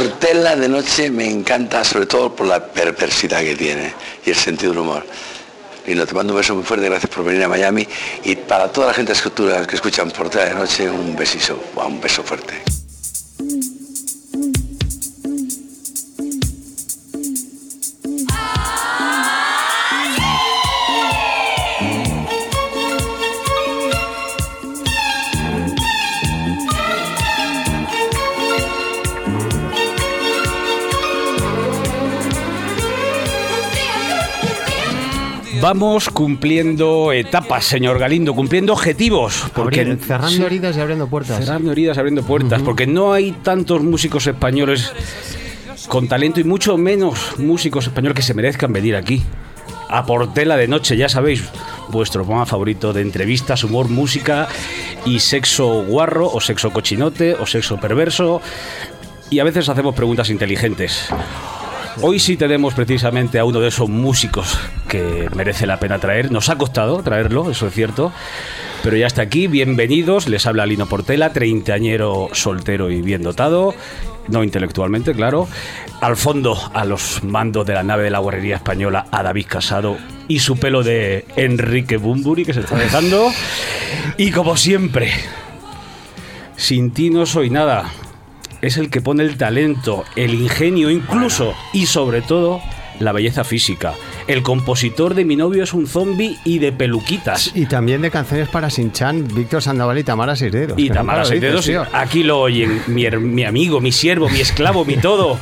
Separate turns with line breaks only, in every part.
Portela de noche me encanta, sobre todo por la perversidad que tiene y el sentido del humor. Lindo, te mando un beso muy fuerte, gracias por venir a Miami y para toda la gente que escuchan Portela de noche, un besizo, un beso fuerte.
Vamos cumpliendo etapas, señor Galindo, cumpliendo objetivos. Porque
Abrir- cerrando
Sí,
heridas y abriendo puertas.
cerrando heridas, abriendo puertas, porque no hay tantos músicos españoles con talento y mucho menos músicos españoles que se merezcan venir aquí. A Portela de Noche, ya sabéis, vuestro programa favorito de entrevistas, humor, música y sexo guarro, o sexo cochinote, o sexo perverso. Y a veces hacemos preguntas inteligentes. Hoy sí tenemos precisamente a uno de esos músicos que merece la pena traer. Nos ha costado traerlo, eso es cierto. Pero ya está aquí, bienvenidos. Les habla Lino Portela, treintañero soltero y bien dotado. No intelectualmente, claro. Al fondo, a los mandos de la nave de la guerrería española, a David Casado y su pelo de Enrique Bumburi que se está dejando. Y como siempre, sin ti no soy nada. Es el que pone el talento, el ingenio incluso y sobre todo la belleza física. El compositor de Mi novio es un zombie y de peluquitas.
Y también de canciones para Sinchan, Víctor Sandoval y Tamara Seisdedos.
Y Tamara Ah, Seisdedos, aquí lo oyen mi, her- mi amigo, mi siervo, mi esclavo, mi todo.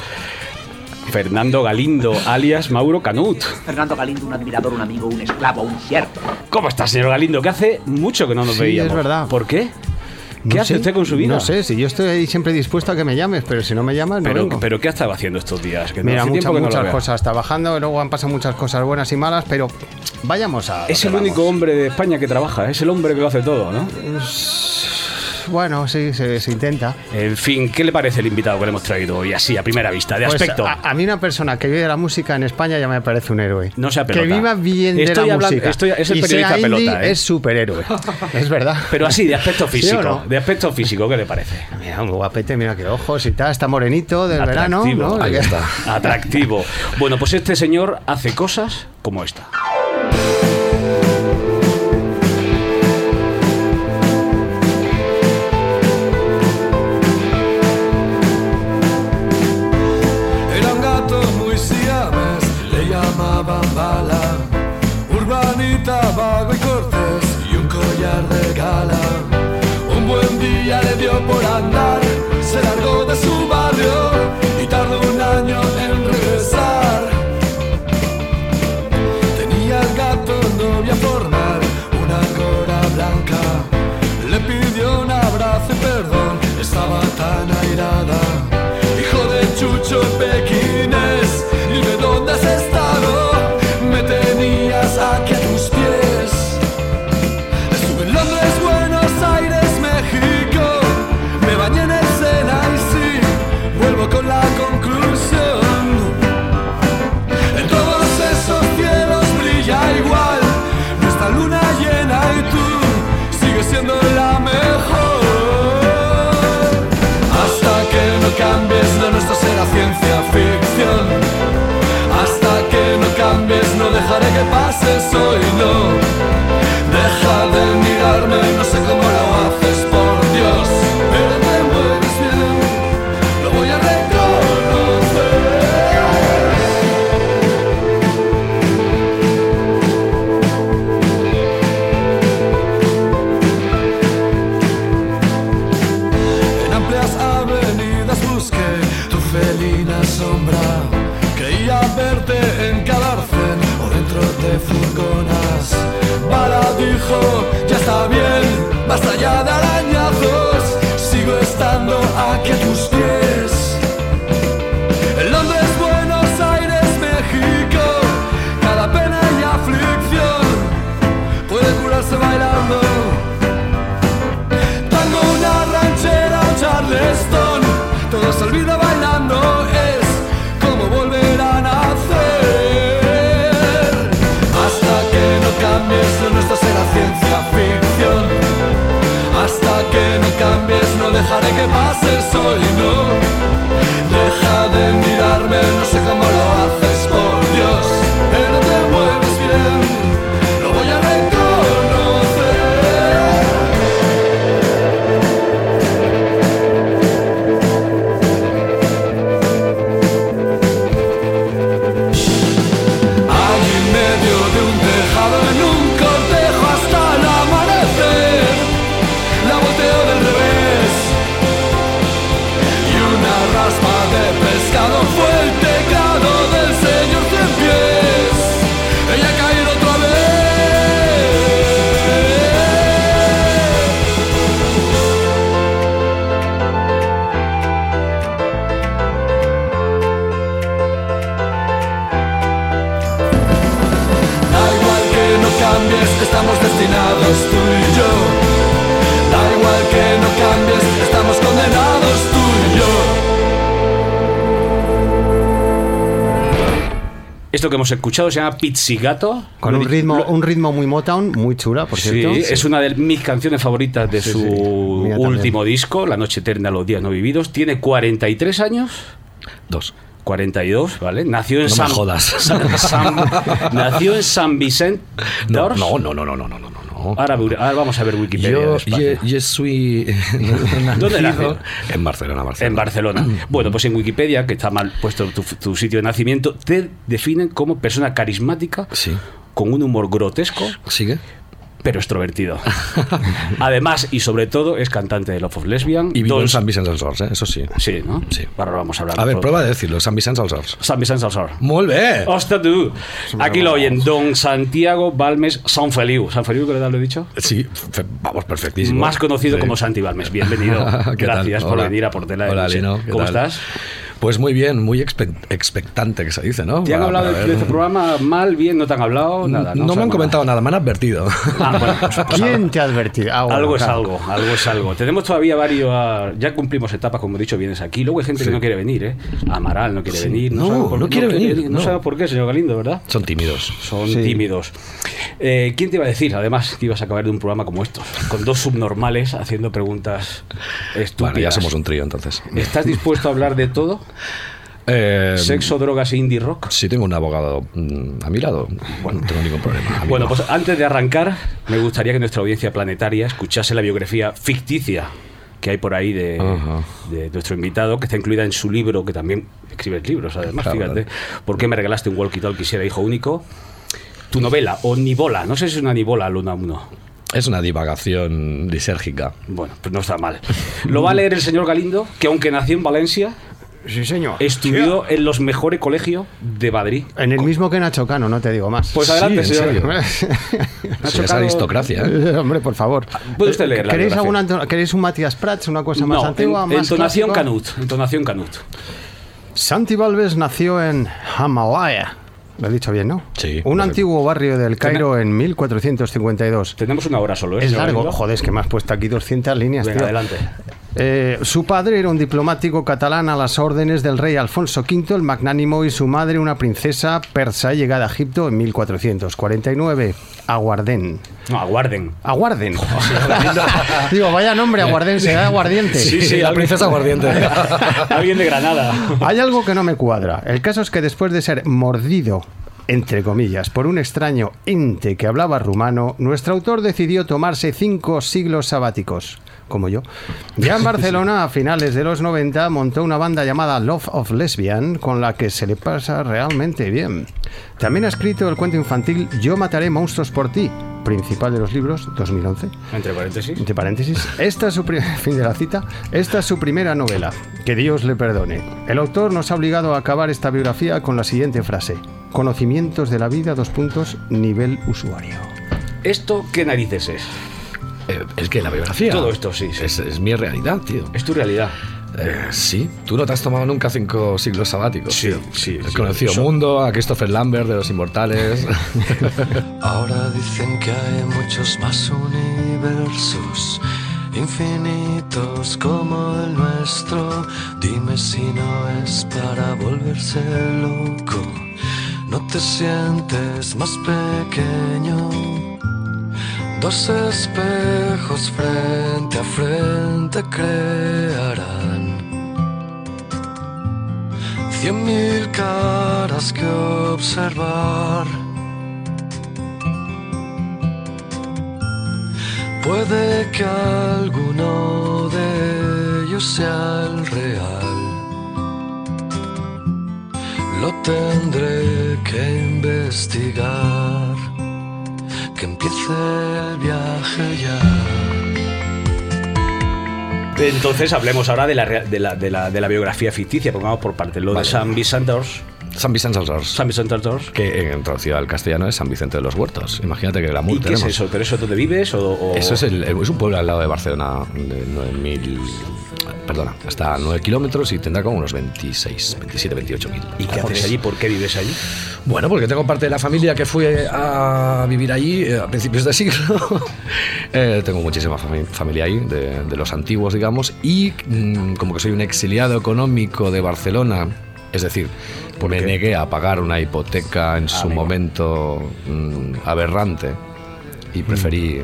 Fernando Galindo, alias Mauro Canut.
Fernando Galindo, un admirador, un amigo, un esclavo, un siervo.
¿Cómo está, señor Galindo? Que hace mucho que no nos
Sí,
veíamos.
es verdad.
¿Por qué? ¿Qué hace usted con su vida?
No sé, si yo estoy ahí siempre dispuesto a que me llames, pero si no me llamas, no
Pero,
vengo.
pero ¿qué ha estado haciendo estos días? Que no
Mira,
hace
muchas,
tiempo que no lo
muchas
veo.
cosas trabajando, luego han pasado muchas cosas buenas y malas, pero vayamos a. lo
Es
que
el único
vamos.
hombre de España que trabaja, es el hombre que lo hace todo, ¿no?
Bueno, sí, se, se intenta.
En fin, ¿qué le parece el invitado que le hemos traído hoy así a primera vista, de
Pues
aspecto?
a, a mí una persona que vive de la música en España ya me parece un héroe.
No sea
Que
pelota.
viva bien de
Estoy
la
hablando-
música.
estoy- es el
y
periodista
sea indie,
pelota, ¿eh?
es superhéroe. es verdad.
Pero así, de aspecto
¿Sí o
físico,
no?
de aspecto físico, ¿qué le parece?
Mira, un guapete, mira qué ojos y tal, está morenito del verano.
Atractivo.
¿no?
Ahí está. Atractivo. Bueno, pues este señor hace cosas como esta.
Eran gatos muy siames, le llamaban bala. Urbanita, vago y cortés y un collar de gala. Un buen día le dio por andar, se largó de su barrio y tardó un año en regresar. Tenía el gato novia formal, una cora blanca. Le pidió un abrazo y perdón, estaba tan airada. Hijo de Chucho Pequines, y de dónde has estado, me tenías aquí a tus pies. Estuve en Londres, Buenos Aires, México, me bañé en el Sena y sí, vuelvo con la conclusión. En todos esos cielos brilla igual nuestra luna llena y tú sigues siendo la mejor. Hasta que no cambies, lo nuestro será ciencia ficción. Hasta que no cambies, no dejaré que pases hoy, no. Deja de mirarme, no sé cómo lo haces, por Dios. Pero te mueves bien, lo voy a reconocer. En amplias avenidas busqué tu felina sombra. Creía verte en cada arcén o dentro de furgonas. Para dijo, ya está bien, basta ya de arañazos. Sigo estando aquí a tus pies. En Londres, Buenos Aires, México, cada pena y aflicción puede curarse bailando. Tango, una ranchera, un charleston Todo se olvida bailando Es como volver a nacer Hasta que no cambies Lo nuestro será ciencia ficción Hasta que no cambies No dejaré que pases hoy, no Deja estamos destinados tú y yo. Da igual que no cambies, estamos condenados tú y yo.
Esto que hemos escuchado se llama Pizzigato.
Con
Lo
un
di-
ritmo,
lo-
un ritmo muy Motown, muy chula, por
Sí,
cierto.
es una de mis canciones favoritas de
Sí,
su
sí. Mía también.
último disco, La Noche Eterna, Los Días No Vividos. Tiene 43 años.
Dos.
42, ¿vale? Nació en
No me
San...
jodas.
San- San- nació en San Vicente.
No,
d'Ors.
no, no, no, no, no, no, no, no.
Ahora, bu- ahora vamos a ver Wikipedia. de
Ah, Yo,
España.
yo, yo soy eh,
¿Dónde nació?
en Barcelona, Barcelona.
En Barcelona.
Mm.
Bueno, pues en Wikipedia, que está mal puesto tu, tu sitio de nacimiento, te definen como persona carismática,
Sí.
con un humor grotesco,
Sigue.
pero extrovertido. Además, y sobre todo, es cantante de Love of Lesbian.
Y vivo
Don-
en San Vicent dels Horts, eh? eso sí.
Sí, ¿no?
Sí.
Ahora vamos a hablar.
A
de
ver,
todo.
prueba de decirlo, Sant Vicenç dels Horts.
San Vicente Salsor.
Molt bé!
¡Hostia tú! Aquí lo oyen. Don Santiago Balmes San Feliu. ¿San Feliu que le lo he dicho?
Sí, fe- vamos, perfectísimo.
Más conocido
Sí.
como Santi Balmes. Bienvenido.
¿Qué tal?
Gracias por
Hola.
venir a Portela de
Hola,
Noche.
Lino, ¿qué
¿Cómo
tal?
estás?
Pues muy bien, muy expe- expectante que se dice, ¿no?
¿Te han
Para-
hablado
para
de,
ver.
de tu programa mal, bien? ¿No te han hablado? Nada.
este No, me han
Seguro.
comentado nada, me han advertido.
Ah, bueno, pues- pues
¿Quién te ha advertido? Ah, bueno,
algo es
claro.
algo, algo es algo. Tenemos todavía varios. ah, Ya cumplimos etapas, como he dicho, vienes aquí. Luego hay gente que no quiere venir, ¿eh? Amaral no quiere venir.
No,
sabemos
no quiere venir,
No,
no.
sabemos por qué, señor Galindo, ¿verdad?
Son tímidos.
Son
Sí.
tímidos. Eh, ¿Quién te iba a decir, además, que ibas a acabar de un programa como estos? Con dos subnormales haciendo preguntas estúpidas.
Bueno, ya somos un trío entonces.
¿Estás dispuesto a hablar de todo?
Eh,
¿Sexo, drogas e indie rock?
Si tengo un abogado mm, a mi lado, bueno, no tengo ningún problema. A mí
Bueno,
no.
pues antes de arrancar, me gustaría que nuestra audiencia planetaria escuchase la biografía ficticia que hay por ahí de,
Ajá.
de nuestro invitado, que está incluida en su libro, que también escribes libros, además,
Claro,
fíjate.
vale.
¿Por qué me regalaste un walkie-talkie si era hijo único? Tu novela, Omnibola, no sé si es una nibola, Luna 1.
Es una divagación disérgica.
Bueno, pues no está mal. Lo va a leer el señor Galindo, que aunque nació en Valencia,
Sí, señor.
estudió en los mejores colegios de Madrid.
En el mismo que Nacho Cano, no te digo más.
Pues
Sí,
adelante,
en
señor.
serio.
Ha
Sí, es
chocado-
aristocracia. ¿eh?
Hombre, por favor.
Ah, Puede usted leer la
¿Queréis,
biografía.
alguna entona- ¿Queréis un Matías Prats, una cosa más
No,
antigua?
en-
más
entonación
clásico?
Canut, entonación Canut.
Santi Valves nació en Hamalaya. Lo he dicho bien, ¿no?
Sí,
Un
correcto.
antiguo barrio del Cairo en 1452.
Tenemos una hora solo, ¿eh,
Es
señor
largo.
Galindo?
Joder, es que me has puesto aquí 200 líneas,
Venga,
tío.
adelante.
Eh, su padre era un diplomático catalán a las órdenes del rey Alfonso V el Magnánimo y su madre una princesa persa llegada a Egipto en 1449. Aguardén.
No, aguarden.
Aguarden. Digo, vaya nombre, aguardén, se da aguardiente.
la princesa guardiente.
Alguien de Granada.
Hay algo que no me cuadra. El caso es que después de ser mordido, entre comillas, por un extraño ente que hablaba rumano, nuestro autor decidió tomarse cinco siglos sabáticos, como yo. Ya en Barcelona, a finales de los 90, montó una banda llamada Love of Lesbian, con la que se le pasa realmente bien. También ha escrito el cuento infantil Yo mataré monstruos por ti, principal de los libros, 2011.
Entre paréntesis.
Entre paréntesis, esta es su pri- fin de la cita. Esta es su primera novela. Que Dios le perdone. El autor nos ha obligado a acabar esta biografía con la siguiente frase: Conocimientos de la vida, dos puntos, nivel usuario.
¿Esto qué narices es?
Eh, es que la biografía.
Todo esto, sí, sí.
Es, es mi realidad, tío.
Es tu realidad.
Eh, sí, tú no te has tomado nunca cinco siglos sabáticos.
Sí,
tío.
sí,
He
sí.
conocido
Yo-
Mundo, a Christopher Lambert de Los Inmortales.
Ahora dicen que hay muchos más universos, infinitos como el nuestro. Dime si no es para volverse loco. No te sientes más pequeño. Dos espejos frente a frente crearán cien mil caras que observar. Puede que alguno de ellos sea el real. Lo tendré que investigar. Que empiece el viaje ya.
Entonces hablemos ahora de la, rea- de la, de la, de la biografía ficticia, pongamos por parte. Lo de San Vicente d'Ors,
San Vicente dels Horts.
San Vicente dels Horts.
Que en traducido al castellano es San Vicente de los Huertos. Imagínate que
¿Y
glamour
qué es
tenemos.
eso? ¿Pero eso es donde vives? O, o-
Eso es, el- es un pueblo al lado de Barcelona de 9.000... Perdona, hasta 9 kilómetros y tendrá como unos 26, 27, 28 mil.
¿Y qué haces allí? ¿Por qué vives allí?
Bueno, porque tengo parte de la familia que fue a vivir allí eh, a principios de siglo. Eh, tengo muchísima fami- familia ahí, de, de los antiguos, digamos. Y mm, como que soy un exiliado económico de Barcelona, es decir, pues me negué a pagar una hipoteca en su momento mm, aberrante y preferí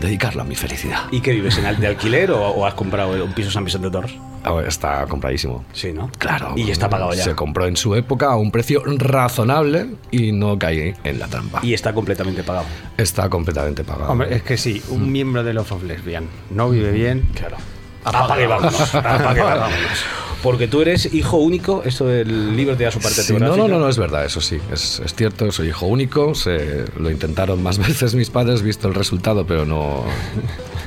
dedicarla a mi felicidad.
Mm. ¿Y qué vives? ¿En al- de alquiler o, o has comprado un piso en San Vicente dels Horts?
Ahora Ah, Está compradísimo.
Sí, ¿no?
Claro.
Y está pagado ya.
Se compró en su época a un precio razonable y no caí en la trampa.
Y está completamente pagado.
Está completamente pagado.
¿eh?
Hombre, es que sí, un miembro de Love of Lesbian no vive bien.
Claro. Apague, vámonos. Apague, vámonos. Porque tú eres hijo único, esto del Liberty a su parte
Sí, no, no, no, no, es verdad, eso sí, es, es cierto, soy hijo único, se, lo intentaron más veces mis padres, visto el resultado, pero no,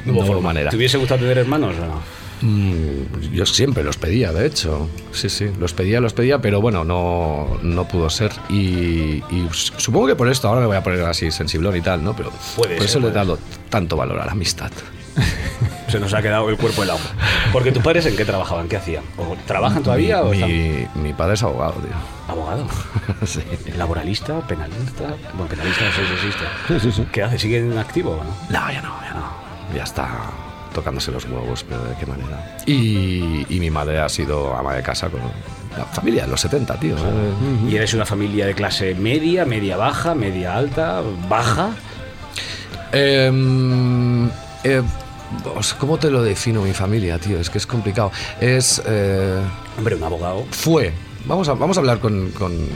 no hubo manera.
¿Te hubiese gustado tener hermanos o no?
Mm, yo siempre los pedía, de hecho, sí, sí, los pedía, los pedía, pero bueno, no, no pudo ser y, y supongo que por esto ahora me voy a poner así sensiblón y tal, ¿no? Pero
Puede
por
ser,
eso le he
puede
dado tanto valor a la amistad.
Se nos ha quedado el cuerpo helado. Porque tus padres en qué trabajaban, qué hacían. ¿O trabajan todavía o
mi,
están
mi, mi padre es abogado, tío.
abogado?
sí.
Laboralista, penalista, bueno, penalista no sé si existe. ¿Qué hace? ¿Siguen activo o no?
No, ya no, ya no. Ya está tocándose los huevos, pero de qué manera. Y, y mi madre ha sido ama de casa con la familia de los 70, tío. ¿eh?
Y eres una familia de clase media, media baja, media alta, baja.
Em, eh, os- ¿Cómo te lo defino mi familia, tío? Es que es complicado. Es. eh,
Hombre, un abogado.
fue. Vamos a, vamos a hablar con, con-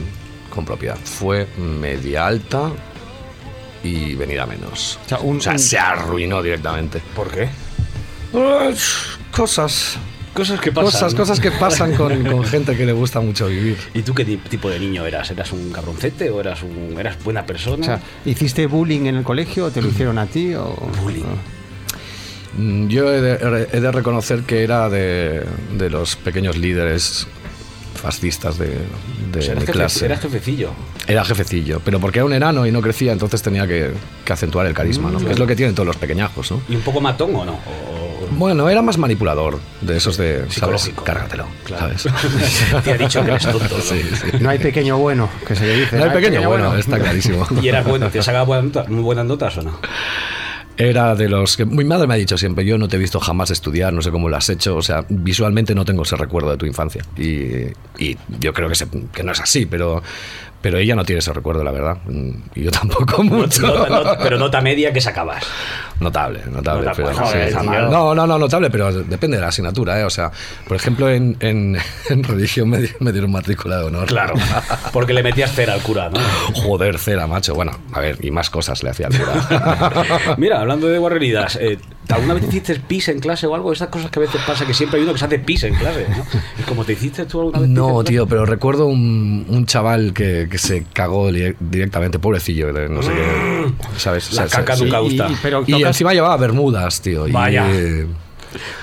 con propiedad. Fue media alta y venida menos.
O sea, un-
O sea,
un-
se arruinó directamente.
¿Por qué?
Eh, Cosas.
Cosas que pasan.
Cosas,
¿no?
cosas que pasan con, con gente que le gusta mucho vivir.
¿Y tú qué ti- tipo de niño eras? ¿Eras un cabroncete o eras, un, eras buena persona?
o sea, ¿hiciste bullying en el colegio o te lo hicieron a ti? O...
Bullying.
Ah, Mm, Yo he de, he de reconocer que era de, de los pequeños líderes fascistas de, de
O sea, Pues eras,
mi
jefe-
clase.
eras jefecillo.
Era jefecillo, pero porque era un enano y no crecía, entonces tenía que, que acentuar el carisma,
Mm,
¿no? Que es lo que tienen todos los pequeñajos, ¿no?
¿Y un poco matón o no? O- o-
Bueno, era más manipulador de esos de, ¿sabes?
Psicológico.
Cárgatelo,
Claro.
¿sabes?
Te ha dicho que eres tonto. ¿no?
Sí, sí.
No hay pequeño bueno, que se le dice.
No hay pequeño, bueno, está clarísimo.
¿Y eras bueno? ¿Te sacaba buenas notas, muy buenas notas o no?
Era de los que mi madre me ha dicho siempre, yo no te he visto jamás estudiar, no sé cómo lo has hecho, o sea, visualmente no tengo ese recuerdo de tu infancia. Y, y yo creo que, se- que no es así, pero, pero ella no tiene ese recuerdo, la verdad. Mm, Y yo tampoco mucho.
Nota- nota- pero nota media que sacabas.
Notable, notable.
Nota-
pero-
joder,
sí,
tío.
no, no, no, notable, pero depende de la asignatura, ¿eh? O sea, por ejemplo, en, en, en religión me, di- me dieron matrícula de honor.
Claro. Porque le metías cera al cura, ¿no?
Joder, cera, macho. Bueno, a ver, y más cosas le hacía al cura.
Mira, hablando de guarreridas, eh, ¿alguna vez te hiciste pis en clase o algo? Esas cosas que a veces pasa, que siempre hay uno que se hace pis en clase, ¿no? Y como te hiciste tú alguna vez. pis en
No,
clase.
tío, pero recuerdo un, un chaval que, que se cagó li- directamente, pobrecillo, de no sé qué. ¿Sabes? O
La
sea,
caca
se-
nunca
se-
gusta.
y- pero,
Y
tocas-
encima llevaba bermudas, tío. y-
Vaya.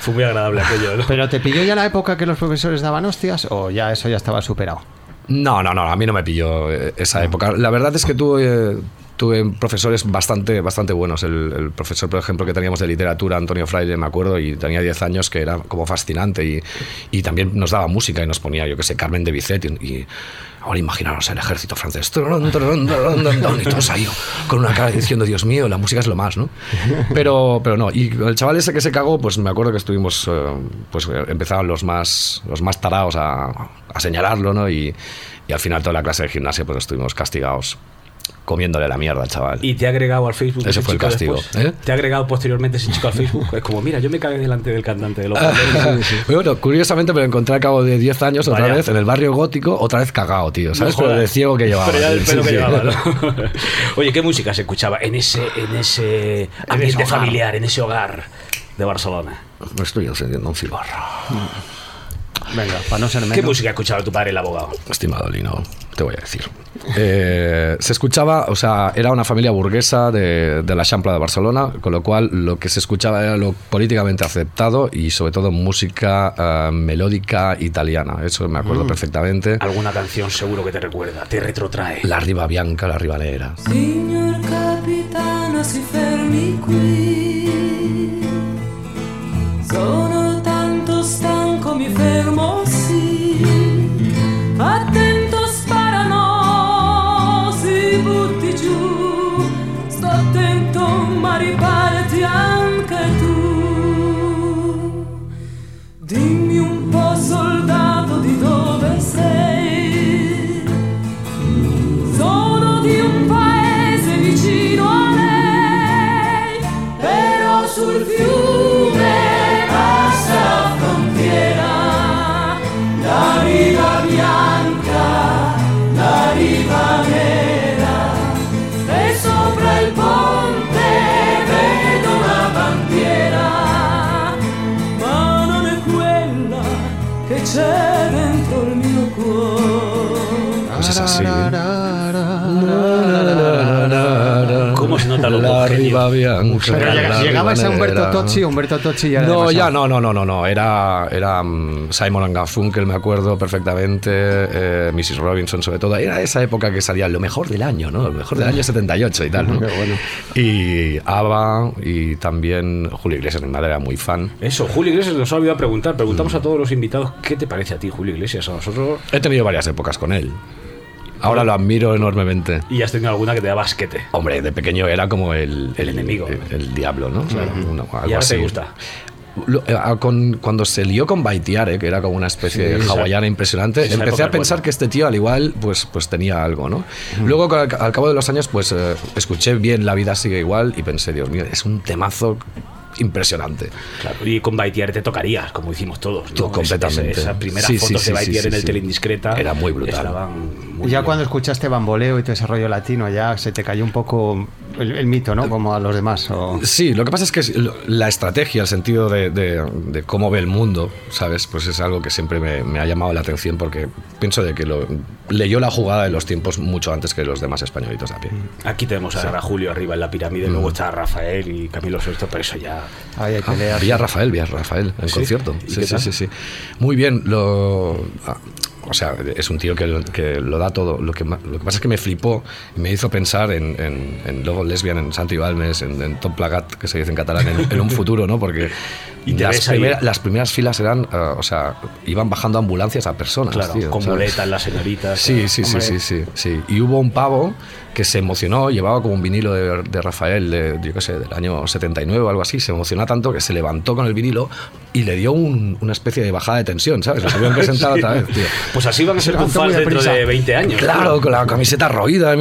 Fue muy agradable aquello, ¿no?
pero te pilló ya la época que los profesores daban hostias o ya eso ya estaba superado.
No, no, no, a mí no me pilló eh, esa época. La verdad es que tuve, eh, tuve profesores bastante, bastante buenos. El, el profesor, por ejemplo, que teníamos de literatura, Antonio Fraile, me acuerdo, y tenía 10 años, que era como fascinante. Y, y también nos daba música y nos ponía, yo que sé, Carmen de Bizet. Y, y ahora imaginaros el ejército francés. Trorón, trorón, trorón, trorón, trorón, Y todos ahí, con una cara diciendo, Dios mío, la música es lo más, ¿no? Pero, pero no. Y el chaval ese que se cagó, pues me acuerdo que estuvimos, eh, pues eh, empezaban los más, los más tarados a, a señalarlo, ¿no? Y, y al final toda la clase de gimnasia, pues estuvimos castigados comiéndole la mierda al chaval.
Y te ha agregado al Facebook.
Ese
ese
fue el
chico
castigo,
después?
¿eh?
Te ha agregado posteriormente ese chico al Facebook. Es como, mira, yo me cagué delante del cantante de los
Ah. Bueno, curiosamente me lo encontré a cabo de 10 años otra
Vaya.
vez en el barrio gótico, otra vez cagado, tío. ¿Sabes?
No
pero
jodas.
de ciego que llevaba.
Pero ya del
tío.
pelo
Sí,
que
sí.
llevaba, ¿no? Oye, ¿qué música se escuchaba en ese, en ese ambiente
hogar.
familiar, en ese hogar de Barcelona?
Me estoy encendiendo un cigarro.
Venga, para no ser menos.
¿Qué música escuchaba tu padre, el abogado?
Estimado Lino, te voy a decir. Eh, se escuchaba, o sea, era una familia burguesa de, de la Champla de Barcelona, con lo cual lo que se escuchaba era lo políticamente aceptado y sobre todo música eh, melódica italiana. Eso me acuerdo perfectamente.
Alguna canción seguro que te recuerda, te retrotrae.
La Riva Bianca, la Riva Negra.
Signor capitano, si fermi qui. Sono tanto stanco, mi fermo sì. Attento, sparano, si butti giù. Sto attento, ma riparati anche tu. Dimmi un po', soldato, di dove sei. Sono di un paese vicino a lei, però sul fiume passa frontiera la riva bianca, la riva nera e sopra il ponte vedo una bandiera, ma non è quella che c'è dentro il mio cuore.
Pues es así.
¿Cómo se nota lo
La
genio?
Riva Bianca.
Pero llega-
la
llegabas
Riva
a Humberto
Negra.
Tocci, Humberto Tocci ya era
No, ya
demasiado.
no, no, no, no, no. Era, era mm, Simon and Garfunkel, me acuerdo perfectamente. eh, Mrs. Robinson, sobre todo. Era esa época que salía lo mejor del año, ¿no? Lo mejor del año 78 y tal, ¿no? Y ABBA y también Julio Iglesias, mi madre era muy fan.
Eso, Julio Iglesias nos ha olvidado preguntar. Preguntamos a todos los invitados, ¿qué te parece a ti, Julio Iglesias? A nosotros.
He tenido varias épocas con él. Ahora lo admiro enormemente.
Y has tenido alguna que te da basquete.
Hombre, de pequeño era como el,
El enemigo.
El, el diablo, ¿no? O sea, una- algo
Y ahora
así.
te gusta.
Lo- eh, a- con- cuando se lió con Baitiare, que era como una especie de
esa-
hawaiana impresionante,
esa
empecé
época
a pensar
recuerdo.
que este tío al igual pues, pues tenía algo, ¿no? Luego al, al cabo de los años pues eh, escuché bien La vida sigue igual y pensé, Dios mío, es un temazo impresionante.
Claro, y con Baitier te tocarías, como hicimos todos. ¿no?
Tú,
Ese-
completamente.
ese- esas primeras
Sí, sí,
fotos de
sí, sí,
Baitier
sí,
en el
sí.
Teleindiscreta.
Era muy brutal.
estaban muy
Ya
bien.
cuando escuchaste bamboleo y todo ese rollo latino, ya se te cayó un poco el, el mito, ¿no? Como a los demás. o-
Sí, lo que pasa es que lo- la estrategia, el sentido de, de- de cómo ve el mundo, ¿sabes? Pues es algo que siempre me, me ha llamado la atención porque pienso de que lo, leyó la jugada de los tiempos mucho antes que los demás españolitos a pie.
Aquí tenemos ahora a Julio arriba en la
Mm.
pirámide, luego está Rafael y Camilo Sexto, pero eso ya.
Ahí hay peleas.
Ah, vi a Rafael, vi a Rafael en concierto.
¿Y
Sí,
qué
sí,
tal?
sí, sí. Muy bien, lo. ah, O sea, es un tío que lo, que lo da todo. Lo que, ma- lo que pasa es que me flipó y me hizo pensar en, en, en Lobo Lesbian, en Santi Balmes, en, en Top Plagat, que se dice en catalán, en, en un futuro, ¿no? Porque
Y te
las,
ves ahí.
primera- las primeras filas eran, ah, o sea, iban bajando ambulancias a personas.
Claro,
tío,
con
¿sabes?
muletas, las señoritas.
Sí, sí, sí,
Hombre,
sí, sí, sí. Y hubo un pavo que se emocionó, llevaba como un vinilo de, de Rafael, de, yo qué sé, del año 79 o algo así, se emocionó tanto que se levantó con el vinilo y le dio un- una especie de bajada de tensión, ¿sabes? Lo tuvieron que sentar otra vez, tío.
Pues así van a ser
Se
tus
levantó muy
fans dentro
deprisa.
de 20 años.
Claro, con la camiseta roída de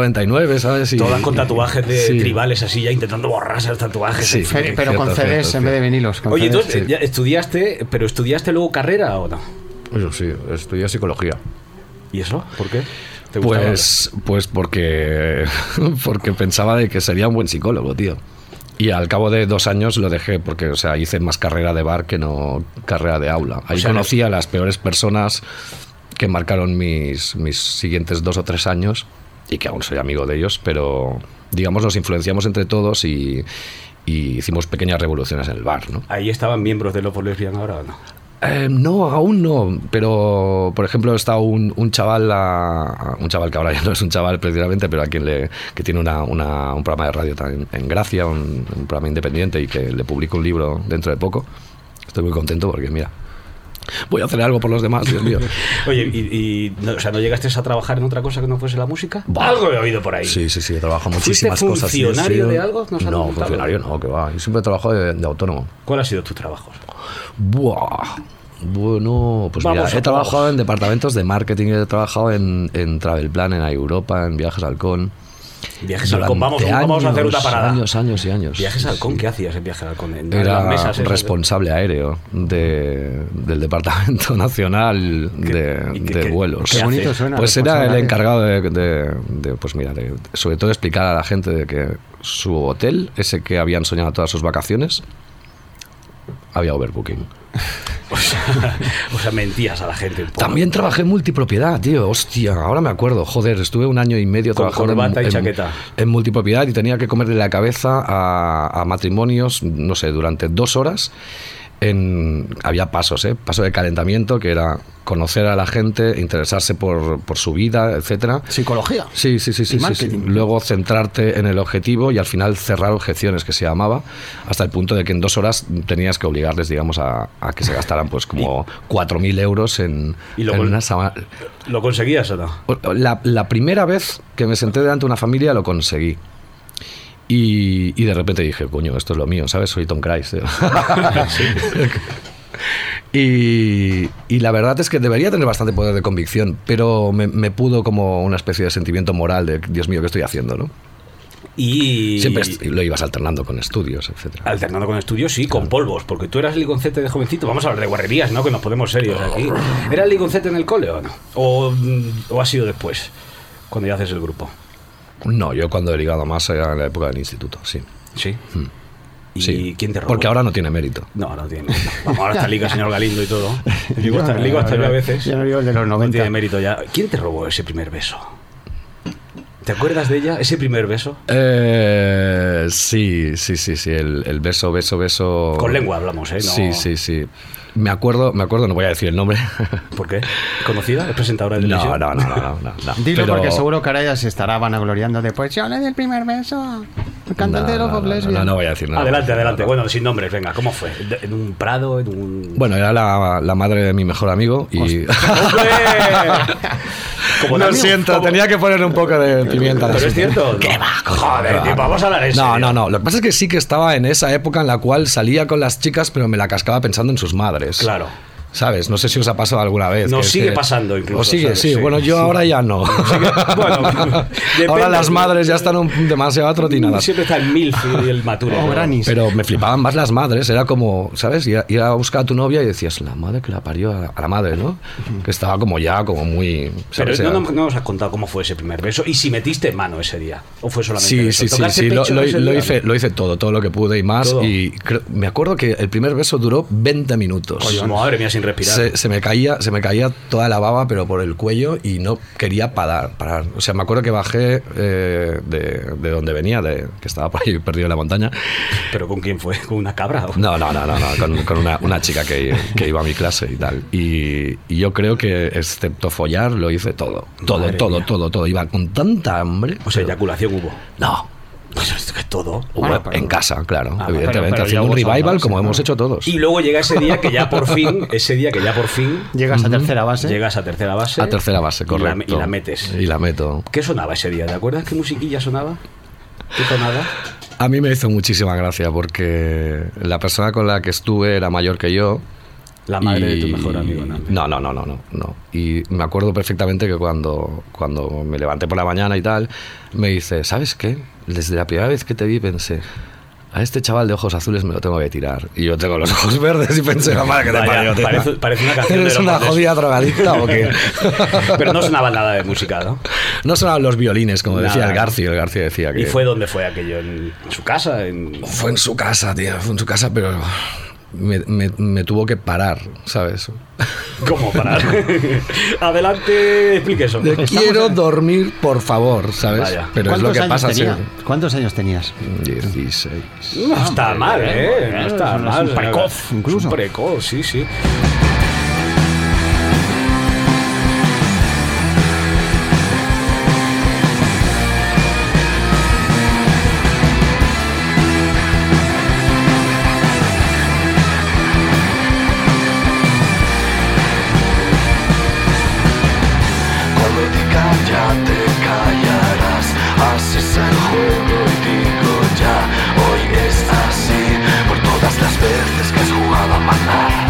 1999, ¿sabes? Y-
Todas con tatuajes de
Sí.
tribales así, ya intentando borrarse los tatuajes.
Sí.
Fe- pero
Cierto,
con CDs
cierto,
en
cierto.
vez de vinilos. con
Oye, tú
CDs.
eh, ya estudiaste, pero estudiaste luego carrera o no?
Eso sí, estudié psicología.
¿Y eso? ¿Por qué? ¿Te gustaba?
Pues, pues porque, porque pensaba de que sería un buen psicólogo, tío. Y al cabo de dos años lo dejé porque, o sea, hice más carrera de bar que no carrera de aula. Ahí
sea,
conocí a las peores personas que marcaron mis, mis siguientes dos o tres años y que aún soy amigo de ellos, pero digamos nos influenciamos entre todos y, y hicimos pequeñas revoluciones en el bar, ¿no?
ahí estaban miembros de Lopo Lesbian ahora o no.
Eh, no, aún no. Pero, por ejemplo, está un, un chaval, a- un chaval que ahora ya no es un chaval precisamente, pero a quien le, que tiene una, una- un programa de radio tan- en Gracia, un, un programa independiente y que le publico un libro dentro de poco. Estoy muy contento porque, mira, voy a hacer algo por los demás, Dios mío.
Oye, ¿y, y no, o sea, no llegaste a trabajar en otra cosa que no fuese la música?
Buah.
Algo he oído por ahí.
Sí, sí, sí, he trabajado
¿Fuiste
muchísimas cosas. sí, he
funcionario
sido-
de algo? ¿Nos han
No,
contado?
funcionario no, que va. Yo siempre trabajo de, de autónomo.
¿Cuál ha sido tu trabajo?
Buah. Bueno, pues
Vamos
mira,
a
he trabajado
pagos.
en departamentos de marketing, he trabajado en, en Travel Plan, en Europa, en Viajes Halcón.
Viajes al Halcón. Vamos,
Durante
vamos a hacer una
años,
parada.
Años, años y años.
¿Viajes
Sí,
al Halcón?
sí.
¿Qué hacías en Viajes al Halcón? En
Era
las mesas esas de-
responsable aéreo de- del Departamento Nacional
¿Y
de,
qué-
de
qué-
vuelos.
qué
Qué bonito
haces?
suena.
Pues era el
responsable.
encargado de, de- de, pues mira, de- sobre todo explicar a la gente de que su hotel, ese que habían soñado todas sus vacaciones, había overbooking.
O sea, o sea, mentías a la gente un poco.
También trabajé en multipropiedad, tío. Hostia, ahora me acuerdo. Joder, estuve un año y medio
Con
trabajando
corbata y
en, en-
chaqueta.
en multipropiedad y tenía que comerle la cabeza a, a matrimonios, no sé, durante dos horas. En, había pasos, ¿eh? Paso de calentamiento, que era conocer a la gente, interesarse por, por su vida, etcétera.
Psicología.
Sí, sí, sí, sí, sí, sí.
marketing.
Luego centrarte en el objetivo y al final cerrar objeciones que se llamaba, hasta el punto de que en dos horas tenías que obligarles, digamos, a, a que se gastaran pues como 4.000 euros en,
Y luego-
en una sama-
¿Lo conseguías o no?
La, la primera vez que me senté delante de una familia lo conseguí. Y, y de repente dije, coño, esto es lo mío, ¿sabes? Soy Tom Cruise. tío. Y, y la verdad es que debería tener bastante poder de convicción, pero me, me pudo como una especie de sentimiento moral de, Dios mío, ¿qué estoy haciendo? ¿no?
Y
Siempre est- lo ibas alternando con estudios, etcétera.
alternando con estudios, sí, con polvos, porque tú eras ligoncete de jovencito. Vamos a hablar de guarrerías, ¿no? Que nos podemos serios aquí. ¿Eras ligoncete en el cole o no? ¿O, mm, o ha sido después, cuando ya haces el grupo?
No, yo cuando he ligado más era en la época del instituto, sí.
Sí. ¿Y
Hmm. Sí.
quién te robó?
Porque ahora no tiene mérito.
No, no tiene. Vamos, ahora está liga, señor Galindo y todo. Ligo hasta, ligo hasta yo a veces.
Ya no digo el de los
No tiene
90.
mérito ya. ¿Quién te robó ese primer beso? ¿Te acuerdas de ella? ¿Ese primer beso?
Eh, sí, sí, sí, sí. El, el beso, beso, beso.
Con lengua hablamos, ¿eh? No-
Sí, sí, sí. Me acuerdo, me acuerdo, no voy a decir el nombre.
¿Por qué? ¿Conocida? ¿Es presentadora de
No,
televisión?
no, no, no, no, no.
Dilo
Pero-
porque seguro que ahora ya se estará vanagloriando después. Yo le di el primer beso. El cantante de
No,
los
no,
Bob
no,
Lesbian.
no, no voy a decir nada.
adelante, adelante. Bueno, sin nombres, venga, ¿cómo fue? ¿De- ¿En un prado? ¿En un.?
Bueno, era la, la madre de mi mejor amigo y.
¡Hombre! Como
Lo
también-
siento,
como-
tenía que poner un poco de pimienta. al
Pero es
asunto.
cierto. ¿Qué va? Joder, tío, vamos a hablar de
No, no, no. Lo que pasa es que sí que estaba en esa época en la cual salía con las chicas, pero me la cascaba pensando en sus madres.
Claro.
¿Sabes? No sé si os ha pasado alguna vez.
Nos
que es
sigue
que-
pasando incluso,
Os sigue,
¿sabes?
sí.
Sí.
Bueno, yo ahora ya no.
bueno, depende,
ahora las
tío.
madres ya están un- demasiado atrotinadas.
Siempre está el MILF y el Maturo.
O
pero-
Granis.
Pero me flipaban más las madres, era como, ¿sabes? Ir a, ir a buscar a tu novia y decías, la madre que la parió a, a la madre, ¿no? Que estaba como ya, como muy...
Pero
¿sabes? Era-
no, no- no nos has contado cómo fue ese primer beso y si metiste mano ese día. ¿O fue solamente
Sí,
beso?
sí, sí,
¿Tocaste
sí, lo,
pecho
lo-
ese
lo
día?
hice, lo hice todo, todo lo que pude y más.
Todo.
Y creo- me acuerdo que el primer beso duró 20 minutos.
Coño, madre mía, sin respirar.
Pues, Se, se me caía, se me caía toda la baba, pero por el cuello y no quería parar, parar. O sea, me acuerdo que bajé eh, de, de donde venía, de, que estaba por ahí perdido en la montaña.
¿Pero con quién fue? ¿Con una cabra? o-
No, no, no, no, no, con, con una, una chica que, que iba a mi clase y tal. Y, y yo creo que, excepto follar, lo hice todo. Todo,
Madre
todo,
mía.
todo, todo. Iba con tanta hambre.
O sea,
pero-
eyaculación hubo.
No,
Pues es que todo.
Hubo
Bueno, pero-
en casa, claro,
Ah,
pero-
evidentemente,
pero ya
haciendo
hubo
un revival
salvados,
como
¿no?
hemos hecho todos.
Y luego llega ese día que ya por fin, ese día que ya por fin
Llegas a tercera base.
llegas a tercera base.
a tercera base,
y la-
correcto.
Y la, metes.
Y la meto.
¿Qué sonaba ese día? ¿Te acuerdas qué musiquilla sonaba? ¿Qué tonada?
A mí me hizo muchísima gracia porque la persona con la que estuve era mayor que yo.
La madre de tu
y-
mejor amigo, ¿no?
No, no, no, no, no, no. Y me acuerdo perfectamente que cuando, cuando me levanté por la mañana y tal, me dice, ¿sabes qué? Desde la primera vez que te vi pensé, a este chaval de ojos azules me lo tengo que tirar. Y yo tengo los ojos verdes y pensé, la madre que te
Vaya,
parió, tío".
parece- parece una canción de
¿Eres
los
una
Montes.
jodida drogadicta o qué?
Pero no sonaba nada de música, ¿no?
No sonaban los violines, como
Nada.
decía el García. El García decía que.
Y fue donde fue aquello, en, en su casa, en...
Fue en su casa, tío. Fue en su casa, pero. Me, me- me tuvo que parar, ¿sabes?
¿Cómo parar? Adelante, explique eso.
De, quiero dormir, por favor, ¿sabes?
Vaya.
Pero es
¿Cuántos
lo que
años
pasa
tenía?
sí.
¿Cuántos años tenías?
16.
No
Ah,
está mal, ¿eh? No está
es un
mal.
precoz,
Es un
incluso.
precoz, sí, sí.
Cuando te calla, te callarás. Así es el juego y digo ya. Hoy es así por todas las veces que has jugado a matar.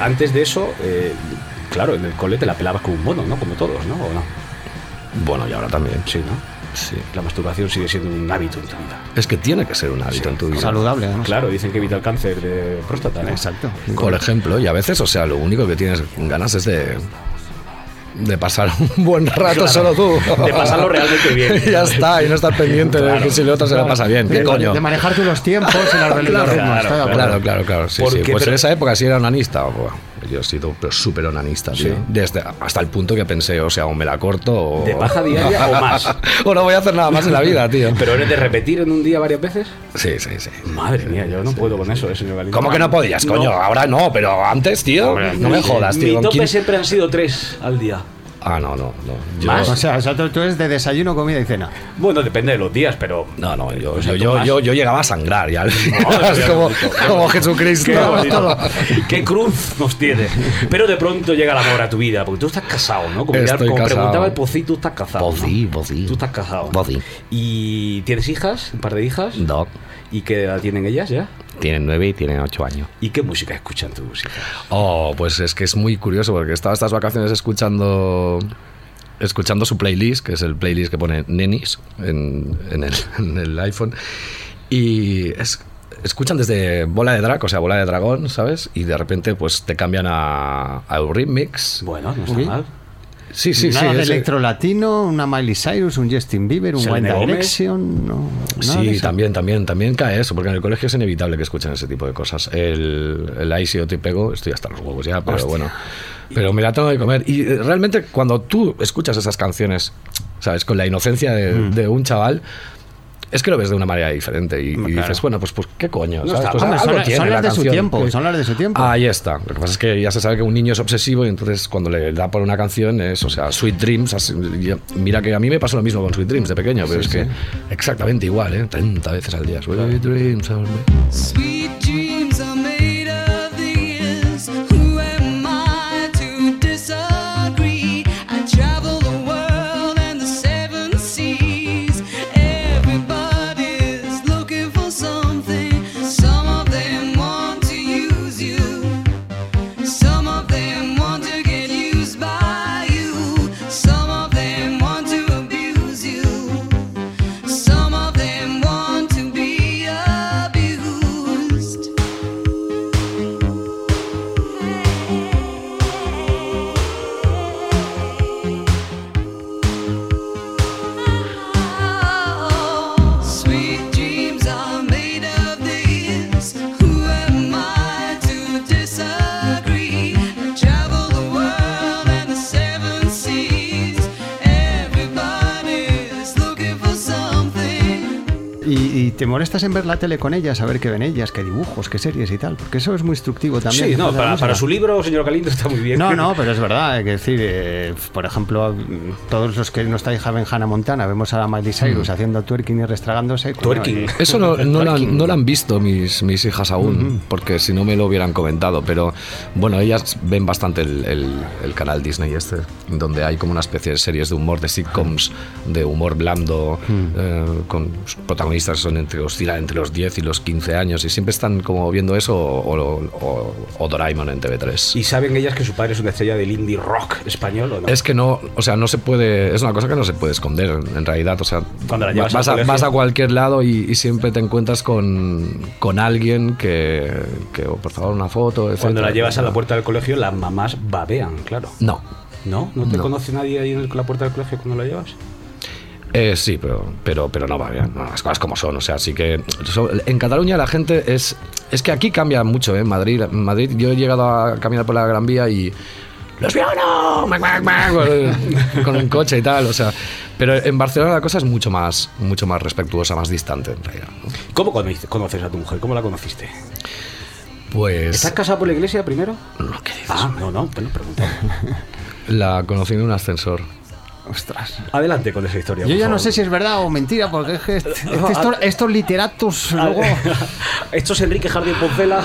antes de eso, eh, claro, en el cole te la pelabas con un mono, ¿no? Como todos, ¿no? ¿O no?
Bueno, y ahora también.
Sí, ¿no?
Sí.
La masturbación sigue siendo un hábito en tu vida.
Es que tiene que ser un hábito en tu vida.
Saludable, además.
Claro, dicen que evita el cáncer de próstata, ¿no?
Exacto.
Por ejemplo, y a veces, o sea, lo único que tienes ganas es de, de pasar un buen rato solo tú.
De pasarlo realmente bien.
Y ya está, y no estar pendiente de que si el otro se la pasa bien. ¿Qué
de,
coño?
de manejar tú los tiempos y la
Claro,
claro,
Claro, claro, claro. Sí,
Porque,
sí. Pues
pero-
en esa época sí era onanista. buah, Yo he sido pero súper onanista, tío. Desde, hasta el punto que pensé, o sea, o me la corto o.
¿De paja diaria o más?
o no voy a hacer nada más en la vida, tío.
¿Pero eres de repetir en un día varias veces?
Sí, sí, sí.
Madre mía, yo no puedo con eso, eh, señor Galindo.
¿Cómo que no podías, coño? Ahora no, pero antes, tío. no me jodas, tío.
Mi
¿Con
tope
quién-
siempre han sido tres al día.
Ah, no, no, no. Yo-
¿Más?
O sea, o sea, tú, tú eres de desayuno, comida y cena.
Bueno, depende de los días, pero.
No, no, yo,
sea,
yo,
tú
yo,
más.
yo, yo llegaba a sangrar ya.
Madre mía,
como,
qué bonito.
como
Qué, bonito.
Jesucristo.
Qué cruz nos tienes. Pero de pronto llega el amor a tu vida, porque tú estás casado, ¿no? Como,
Estoy
como
casado.
preguntaba el Pocí, tú estás casado.
Pocí,
¿no?
Pocí.
Tú estás casado.
Pocí.
¿Y tienes hijas? ¿Un par de hijas?
No,
¿Y qué edad tienen ellas ya?
tiene nueve y tiene ocho años.
¿Y qué música escuchan tus hijas?
Oh, pues es que es muy curioso porque estaba estas vacaciones escuchando escuchando su playlist, que es el playlist que pone Nenis en, en el, en el iPhone. Y es- escuchan desde Bola de Drag, o sea, Bola de Dragón, ¿sabes? Y de repente pues te cambian a, a Eurythmics.
Bueno, no está
Uy.
mal.
Sí, sí,
nada
sí.
de
ese-
electro latino, una Miley Cyrus, un Justin Bieber, un One
Selena Gómez.
Direction. No, nada de
Sí,
eso.
también, también, también cae eso, porque en el colegio es inevitable que escuchen ese tipo de cosas. El, el ahí sí yo te pego, estoy hasta los huevos ya, pero bueno. Pero me la tengo de comer. Y eh, realmente cuando tú escuchas esas canciones, ¿sabes? Con la inocencia de, de un chaval. Es que lo ves de una manera diferente y, y dices, bueno, pues, pues qué coño, ¿sabes?
está
Pues
Hombre,
algo
son,
tiene
son
la
las de su
canción.
tiempo,
Que-
son las de su tiempo.
Ahí está. Lo que pasa es que ya se sabe que un niño es obsesivo y entonces cuando le da por una canción es, o sea, Sweet Dreams. así, ya- mira que a mí me pasó lo mismo con Sweet Dreams de pequeño, pero es que exactamente igual, ¿eh? 30 veces al día. Sweet Dreams. are made-
Sweet dreams are made of these. Who am I to disagree? I travel the world and the seven seas. Everybody's looking for something. Some of them want to use you. Some of them want to get used by you. Some of them want to abuse you. Some of them want to be abused. Sweet dreams are made of these. Who am I to disagree? I travel the world and the seven seas. Everybody's looking for something.
Y, y te molestas en ver la tele con ellas, a ver qué ven ellas, qué dibujos, qué series y tal. Porque eso es muy instructivo también.
Sí, no,
Hace la
para,
música.
para su libro, señor Galindo, está muy bien.
No, no, pero es verdad, hay que decir, eh, por ejemplo, mm, todos los que nuestra hija ven Hannah Montana, vemos a la Miley Cyrus
Mm.
haciendo twerking y restregándose. coño,
Twerking.
eh,
Eso no, no, lo han, no lo han visto mis, mis hijas aún, porque si no me lo hubieran comentado, pero bueno, ellas ven bastante el, el- el canal Disney este, donde hay como una especie de series de humor, de sitcoms, de humor blando, eh, con sus protagonistas que son entre, oscilan entre los 10 y los 15 años, y siempre están como viendo eso o, o- o- o Doraemon en TV3.
¿Y saben ellas que su padre es una estrella del indie rock español o no?
Es que no, o sea, no se puede, es una cosa que no se puede esconder en en realidad, o sea,
Cuando la llevas
vas,
al
a,
colegio.
vas a cualquier lado y, y siempre te encuentras con, con alguien que, que, oh, por favor, una foto, etc.
Cuando la llevas a la puerta del colegio, las mamás babean, claro.
No,
¿No? ¿No te
No.
conoce nadie ahí en el- con la puerta del colegio cuando la llevas?
Eh, sí, pero, pero, pero no va bien, no, las cosas como son, o sea, sí que... so- en Cataluña la gente es... Es que aquí cambia mucho, ¿eh? En Madrid, en Madrid yo he llegado a caminar por la Gran Vía y... ¡Lesbiano! ¡Mac, mac, mac! Con el- Con el coche y tal, o sea... Pero en Barcelona la cosa es mucho más, mucho más respetuosa, más distante, en realidad. ¿no?
¿Cómo cono- conoces a tu mujer? ¿Cómo la conociste?
Pues...
¿Estás casado por la iglesia primero?
No, ¿qué dices?
Ah, no, no, bueno, pregunta.
La conocí en un ascensor.
Ostras.
Adelante con esa historia.
Yo
por
ya no
favor.
sé si es verdad o mentira, porque es que este- este- estos, estos literatos
Ah,
luego...
Esto es Enrique Jardín Poncela.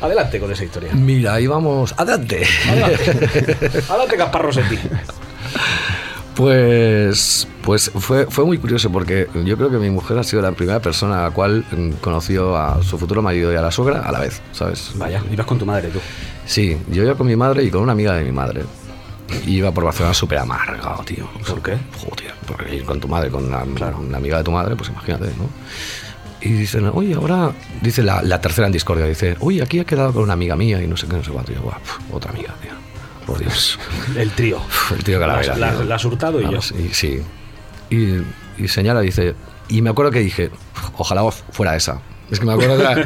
Adelante con esa historia.
Mira, íbamos... ¡Adelante!
Adelante, Adelante Gaspar Rosetti.
Pues, pues fue, fue muy curioso porque yo creo que mi mujer ha sido la primera persona a la cual mm, conoció a su futuro marido y a la suegra a la vez, ¿sabes?
Vaya, ibas con tu madre tú.
Sí, yo iba con mi madre y con una amiga de mi madre. Iba por Barcelona súper amargado, tío.
¿Por qué?
Joder, porque ir con tu madre, con una, una amiga de tu madre, pues imagínate, ¿no? Y dicen, oye, ahora, dice la, la tercera en discordia, dice, oye, aquí he quedado con una amiga mía y no sé qué, no sé cuánto. Y yo, "Buah, pf, otra amiga, tío. Por Dios.
El trío.
Pf, El tío Calavera.
La-
tío.
la has hurtado y
Vamos,
ya.
y- sí. Y, y señala, dice, y me acuerdo que dije, ojalá fuera esa. Es que me acuerdo que era-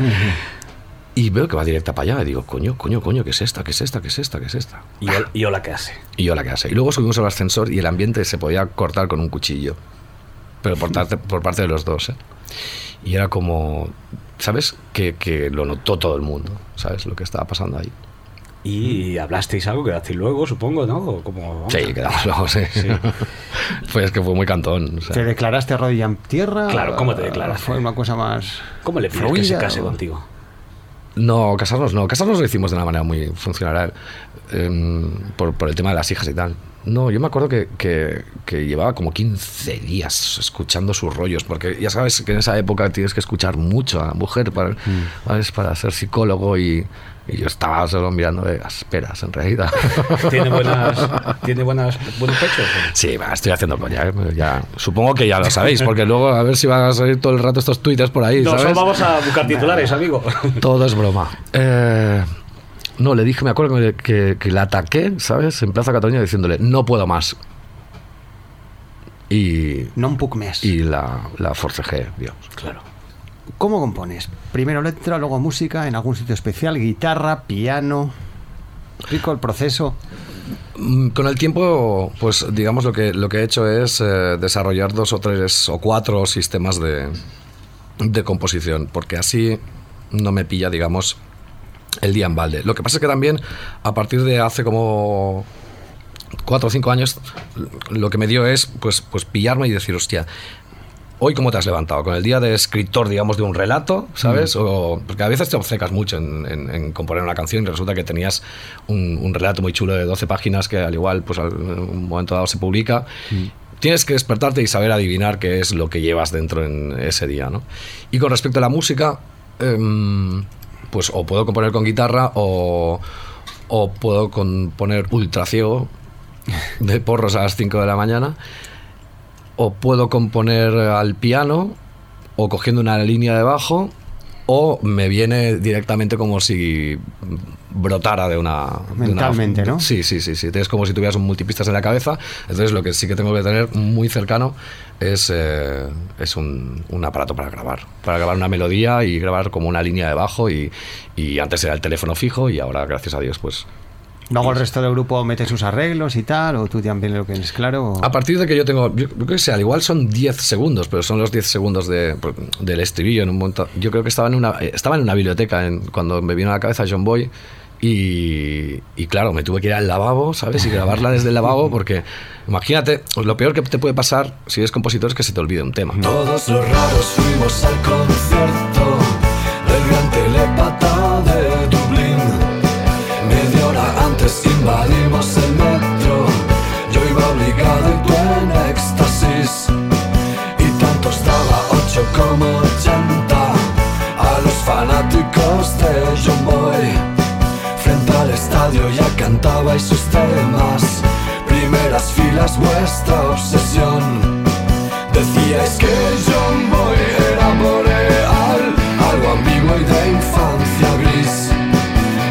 Y veo que va directa para allá y digo, coño, coño, coño, ¿qué es esta? ¿Qué es esta? ¿Qué es esta? ¿Qué es esta?
Y, ol- y hola, ¿qué hace?
Y yo la casa. Y luego subimos al ascensor y el ambiente se podía cortar con un cuchillo. Pero por, parte- por parte de los dos. ¿eh? Y era como, ¿sabes? Que, que lo notó todo el mundo, ¿sabes? Lo que estaba pasando ahí.
Y hablasteis algo, quedasteis luego, supongo, ¿no? O como,
Sí, quedamos luego, sí.
Sí.
pues es que fue muy cantón. o sea.
¿Te declaraste rodilla en tierra?
Claro, ¿cómo te declaraste?
Fue una cosa más.
¿Cómo le pides que se
Ruida,
case
o-
contigo?
No, casarnos no. Casarnos lo hicimos de una manera muy funcional em, por, por el tema de las hijas y tal. No, yo me acuerdo que, que- que llevaba como 15 días escuchando sus rollos, porque ya sabes que en esa época tienes que escuchar mucho a la mujer para,
Mm.
¿sabes? para ser psicólogo y, y yo estaba solo mirando de esperas en realidad.
¿Tiene, buenas, ¿tiene buenas, buenos pechos?
Sí, va, estoy haciendo coña, ¿eh? ya, supongo que ya lo sabéis, porque luego a ver si van a salir todo el rato estos twitters por ahí.
No,
¿sabes?
solo vamos a buscar titulares, amigo.
Todo es broma. Eh, no, le dije, me acuerdo que, le- que, que la ataqué, ¿sabes? En Plaza Cataluña diciéndole, no puedo más. Y,
Non puc més.
y la, la forcejé, Dios.
Claro.
¿Cómo compones? Primero letra, luego música, en algún sitio especial, guitarra, piano. Rico el proceso.
Mm, Con el tiempo, pues digamos lo que, lo que he hecho es eh, desarrollar dos o tres o cuatro sistemas de, de composición, porque así no me pilla, digamos, el día en balde. Lo que pasa es que también a partir de hace como cuatro o cinco años, lo que me dio es pues, pues pillarme y decir, hostia, Hoy, ¿cómo te has levantado? ¿Con el día de escritor, digamos, de un relato, ¿sabes? O, porque a veces te obcecas mucho en, en- en componer una canción y resulta que tenías un, un relato muy chulo de 12 páginas que, al igual, pues al- en un momento dado se publica. Tienes que despertarte y saber adivinar qué es lo que llevas dentro en ese día, ¿no? Y con respecto a la música, em, pues o puedo componer con guitarra o, o puedo componer ultra ciego de porros a las 5 de la mañana o puedo componer al piano o cogiendo una línea de bajo o me viene directamente como si brotara de una... de una-
Mentalmente, ¿no?
Sí, sí, sí, sí. Es como si tuvieras un multipistas en la cabeza. Entonces lo que sí que tengo que tener muy cercano es, eh, es un, un aparato para grabar. Para grabar una melodía y grabar como una línea de bajo y, y antes era el teléfono fijo y ahora, gracias a Dios, pues
Luego el resto del grupo mete sus arreglos y tal, o tú también lo tienes claro. o-
A partir de que yo tengo, yo, yo qué sé, al igual son 10 segundos, pero son los 10 segundos de- del estribillo en un montón. Yo creo que estaba en una, eh, estaba en una biblioteca en- cuando me vino a la cabeza John Boy y, y claro, me tuve que ir al lavabo, ¿sabes? Y grabarla desde el lavabo porque imagínate, lo peor que te puede pasar si eres compositor es que se te olvide un tema.
Todos los raros fuimos al concierto del gran telepata de Dublín. Media hora antes invadimos el metro. Yo iba obligado y tú en éxtasis. Y tanto estaba 8 como 80 a los fanáticos de John Boy. Frente al estadio ya cantabais sus temas. Primeras filas, vuestra obsesión. Decíais que John Boy era boreal, algo ambiguo y de infancia gris.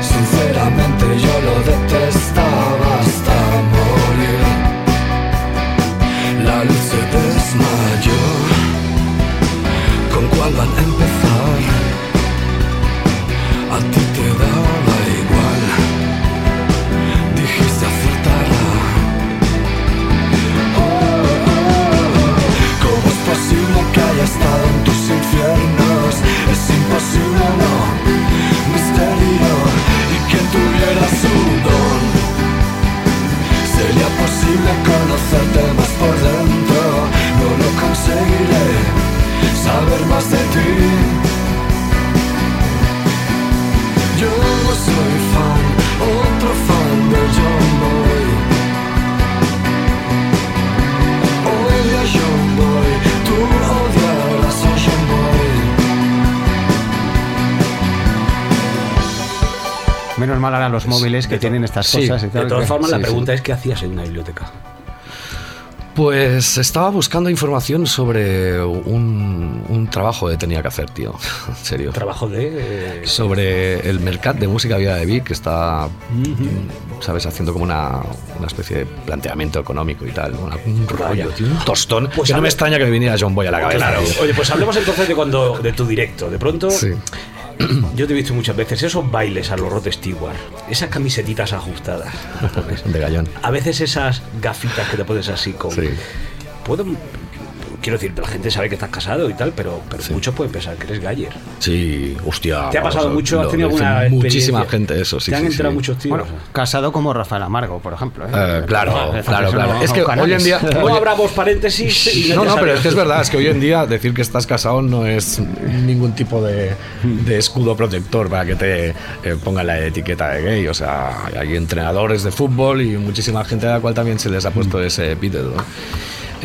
Sinceramente yo lo detestaba hasta morir. La luz se desmayó. ¿Con cuál van a empezar? A ti te daba igual. Dijiste acertará. ¿Cómo es posible que
mal harán los móviles que tienen estas
sí,
cosas. y
De
tal,
todas
que-
formas, la
sí, sí.
pregunta es: ¿qué hacías en una biblioteca?
Pues estaba buscando información sobre un, un trabajo que tenía que hacer, tío. En serio.
Trabajo de. eh,
Sobre el mercado de música Vida de Vic, que está, mm, ¿sabes?, haciendo como una, una especie de planteamiento económico y tal. una- un rollo, tío, un tostón.
Pues
que no
a
me
ver-
extraña que me viniera John Boy a la cabeza.
Claro.
tío.
Oye, pues hablemos entonces de cuando de tu directo. De pronto,
Sí.
yo te he visto muchas veces esos bailes a los Rod Stewart, esas camisetitas ajustadas,
De gallón.
a veces esas gafitas que te pones así con.
Sí.
Puedo- Quiero decir, la gente sabe que estás casado y tal, pero, pero
Sí. Ah,
muchos pueden pensar que eres galler.
Sí, hostia.
¿Te ha
vamos,
pasado mucho?
lo
¿Has tenido
dice
alguna
Muchísima
experiencia?
gente, eso, sí.
Te han
sí,
entrado
sí.
muchos tíos.
Bueno, casado como Rafael Amargo, por ejemplo. ¿eh?
Eh, claro,
Rafael
claro,
Amargo,
claro. Es que
Canales.
hoy en día-
no
oye-
abramos paréntesis. y
No,
ya
no, pero
sabes.
es que es verdad, es que hoy en día decir que estás casado no es ningún tipo de, de escudo protector para que te eh, pongan la etiqueta de gay. O sea, hay entrenadores de fútbol y muchísima gente a la cual también se les ha puesto ese epíteto. ¿no?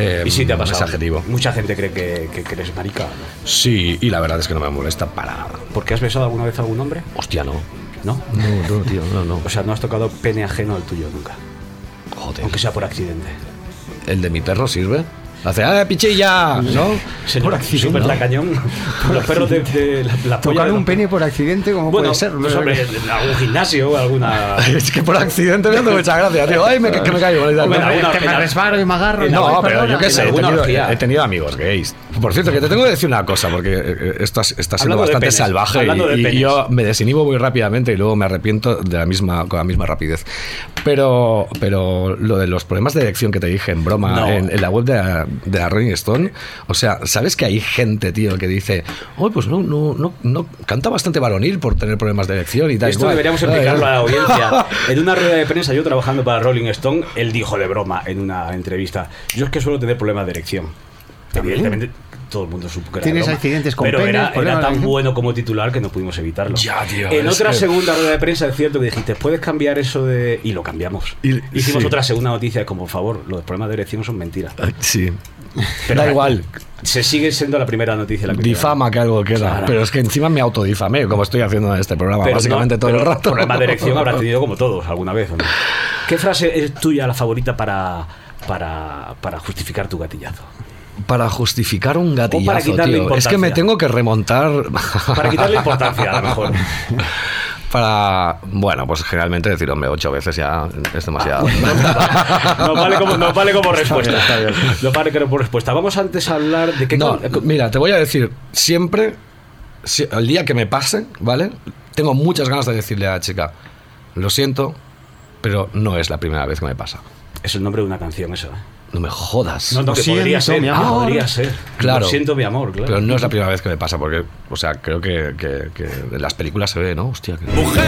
Eh,
Mm. Y sí, te ha pasado.
Ese adjetivo.
Mucha gente cree que, que, que eres marica. ¿no?
Sí, y la verdad es que no me molesta para nada.
¿Por qué has besado alguna vez a algún hombre?
Hostia, no.
No.
No, no, tío, no, no.
O sea, no has tocado pene ajeno al tuyo nunca.
Joder.
Aunque sea por accidente.
¿El de mi perro sirve? Hace, ¡ah, pichilla! ¿No?
Señor, Super la cañón. Los perros de, de la, la polla
Tocar
de
un
los-
pene por accidente, como
Bueno,
puede ser.
pues, hombre, algún gimnasio, alguna.
Es que por accidente me hace mucha gracia, tío. Ay, me, que me caigo.
Hombre,
No,
alguna
que me
pena-
resbalo y me agarro.
En
No,
alguna-
pero yo qué
en
sé, he
alguna
tenido,
orgía.
he tenido amigos gays. Por cierto, que te tengo que decir una cosa, porque eh, esto has- está siendo
Hablando de
bastante
penes,
salvaje
hablando de
y- y,
penes.
yo me desinhibo muy rápidamente y luego me arrepiento de la misma, con la misma rapidez. Pero, pero lo de los problemas de erección que te dije en broma
No.
en, en la web de la, de la Rolling Stone, o sea, ¿sabes que hay gente, tío, que dice, oh, pues no, no, no, no, canta bastante varonil por tener problemas de erección y tal? y
Esto
cual"?
deberíamos
Ay,
explicarlo a
ay.
la audiencia. En una rueda de prensa, yo trabajando para Rolling Stone, él dijo de broma en una entrevista: Yo es que suelo tener problemas de erección. Evidentemente, todo el mundo supo que era
Tienes
broma,
accidentes con
Pero
penes,
era,
problemas
era
de
tan
erección.
bueno como titular que no pudimos evitarlo.
Ya, tío,
en
es
otra
que-
segunda rueda de prensa, es cierto que dijiste: ¿Puedes cambiar eso de.? Y lo cambiamos.
Y-
Hicimos
sí.
otra segunda noticia, como por favor, los problemas de erección son mentiras.
Sí.
Pero
da
la-
igual,
Se sigue siendo la primera noticia. La primera.
difama que algo queda.
Claro.
Pero es que encima me autodifamé, como estoy haciendo en este programa,
Pero
básicamente
no,
todo el
pero
rato.
Problemas de erección habrás tenido como todos alguna vez. ¿o no? ¿Qué frase es tuya la favorita para, para, para justificar tu gatillazo?
Para justificar un
para
gatillazo,
quitarle
tío. Es que me
importancia.
tengo que remontar
Para quitarle importancia, a lo mejor.
para... Bueno, pues generalmente decir, hombre, ocho veces ya es demasiado.
Nos Ah, vale como, nos vale como respuesta.
bien, está bien.
Nos vale como respuesta. Vamos antes a hablar de qué.
no,
con-
mira, te voy a decir, siempre, si- el día que me pase, ¿vale? Tengo muchas ganas de decirle a la chica, lo siento, pero no es la primera vez que me pasa.
Es el nombre de una canción, eso. ¿eh?
No me jodas.
No, no,
Lo
que podría
siento,
ser.
mi
que
amor.
Podría ser.
Claro.
Lo siento, mi amor, claro.
Pero no es la primera vez que me pasa, porque, o sea, creo que, que- que en las películas se ve, ¿no? Hostia, que-
Mujer,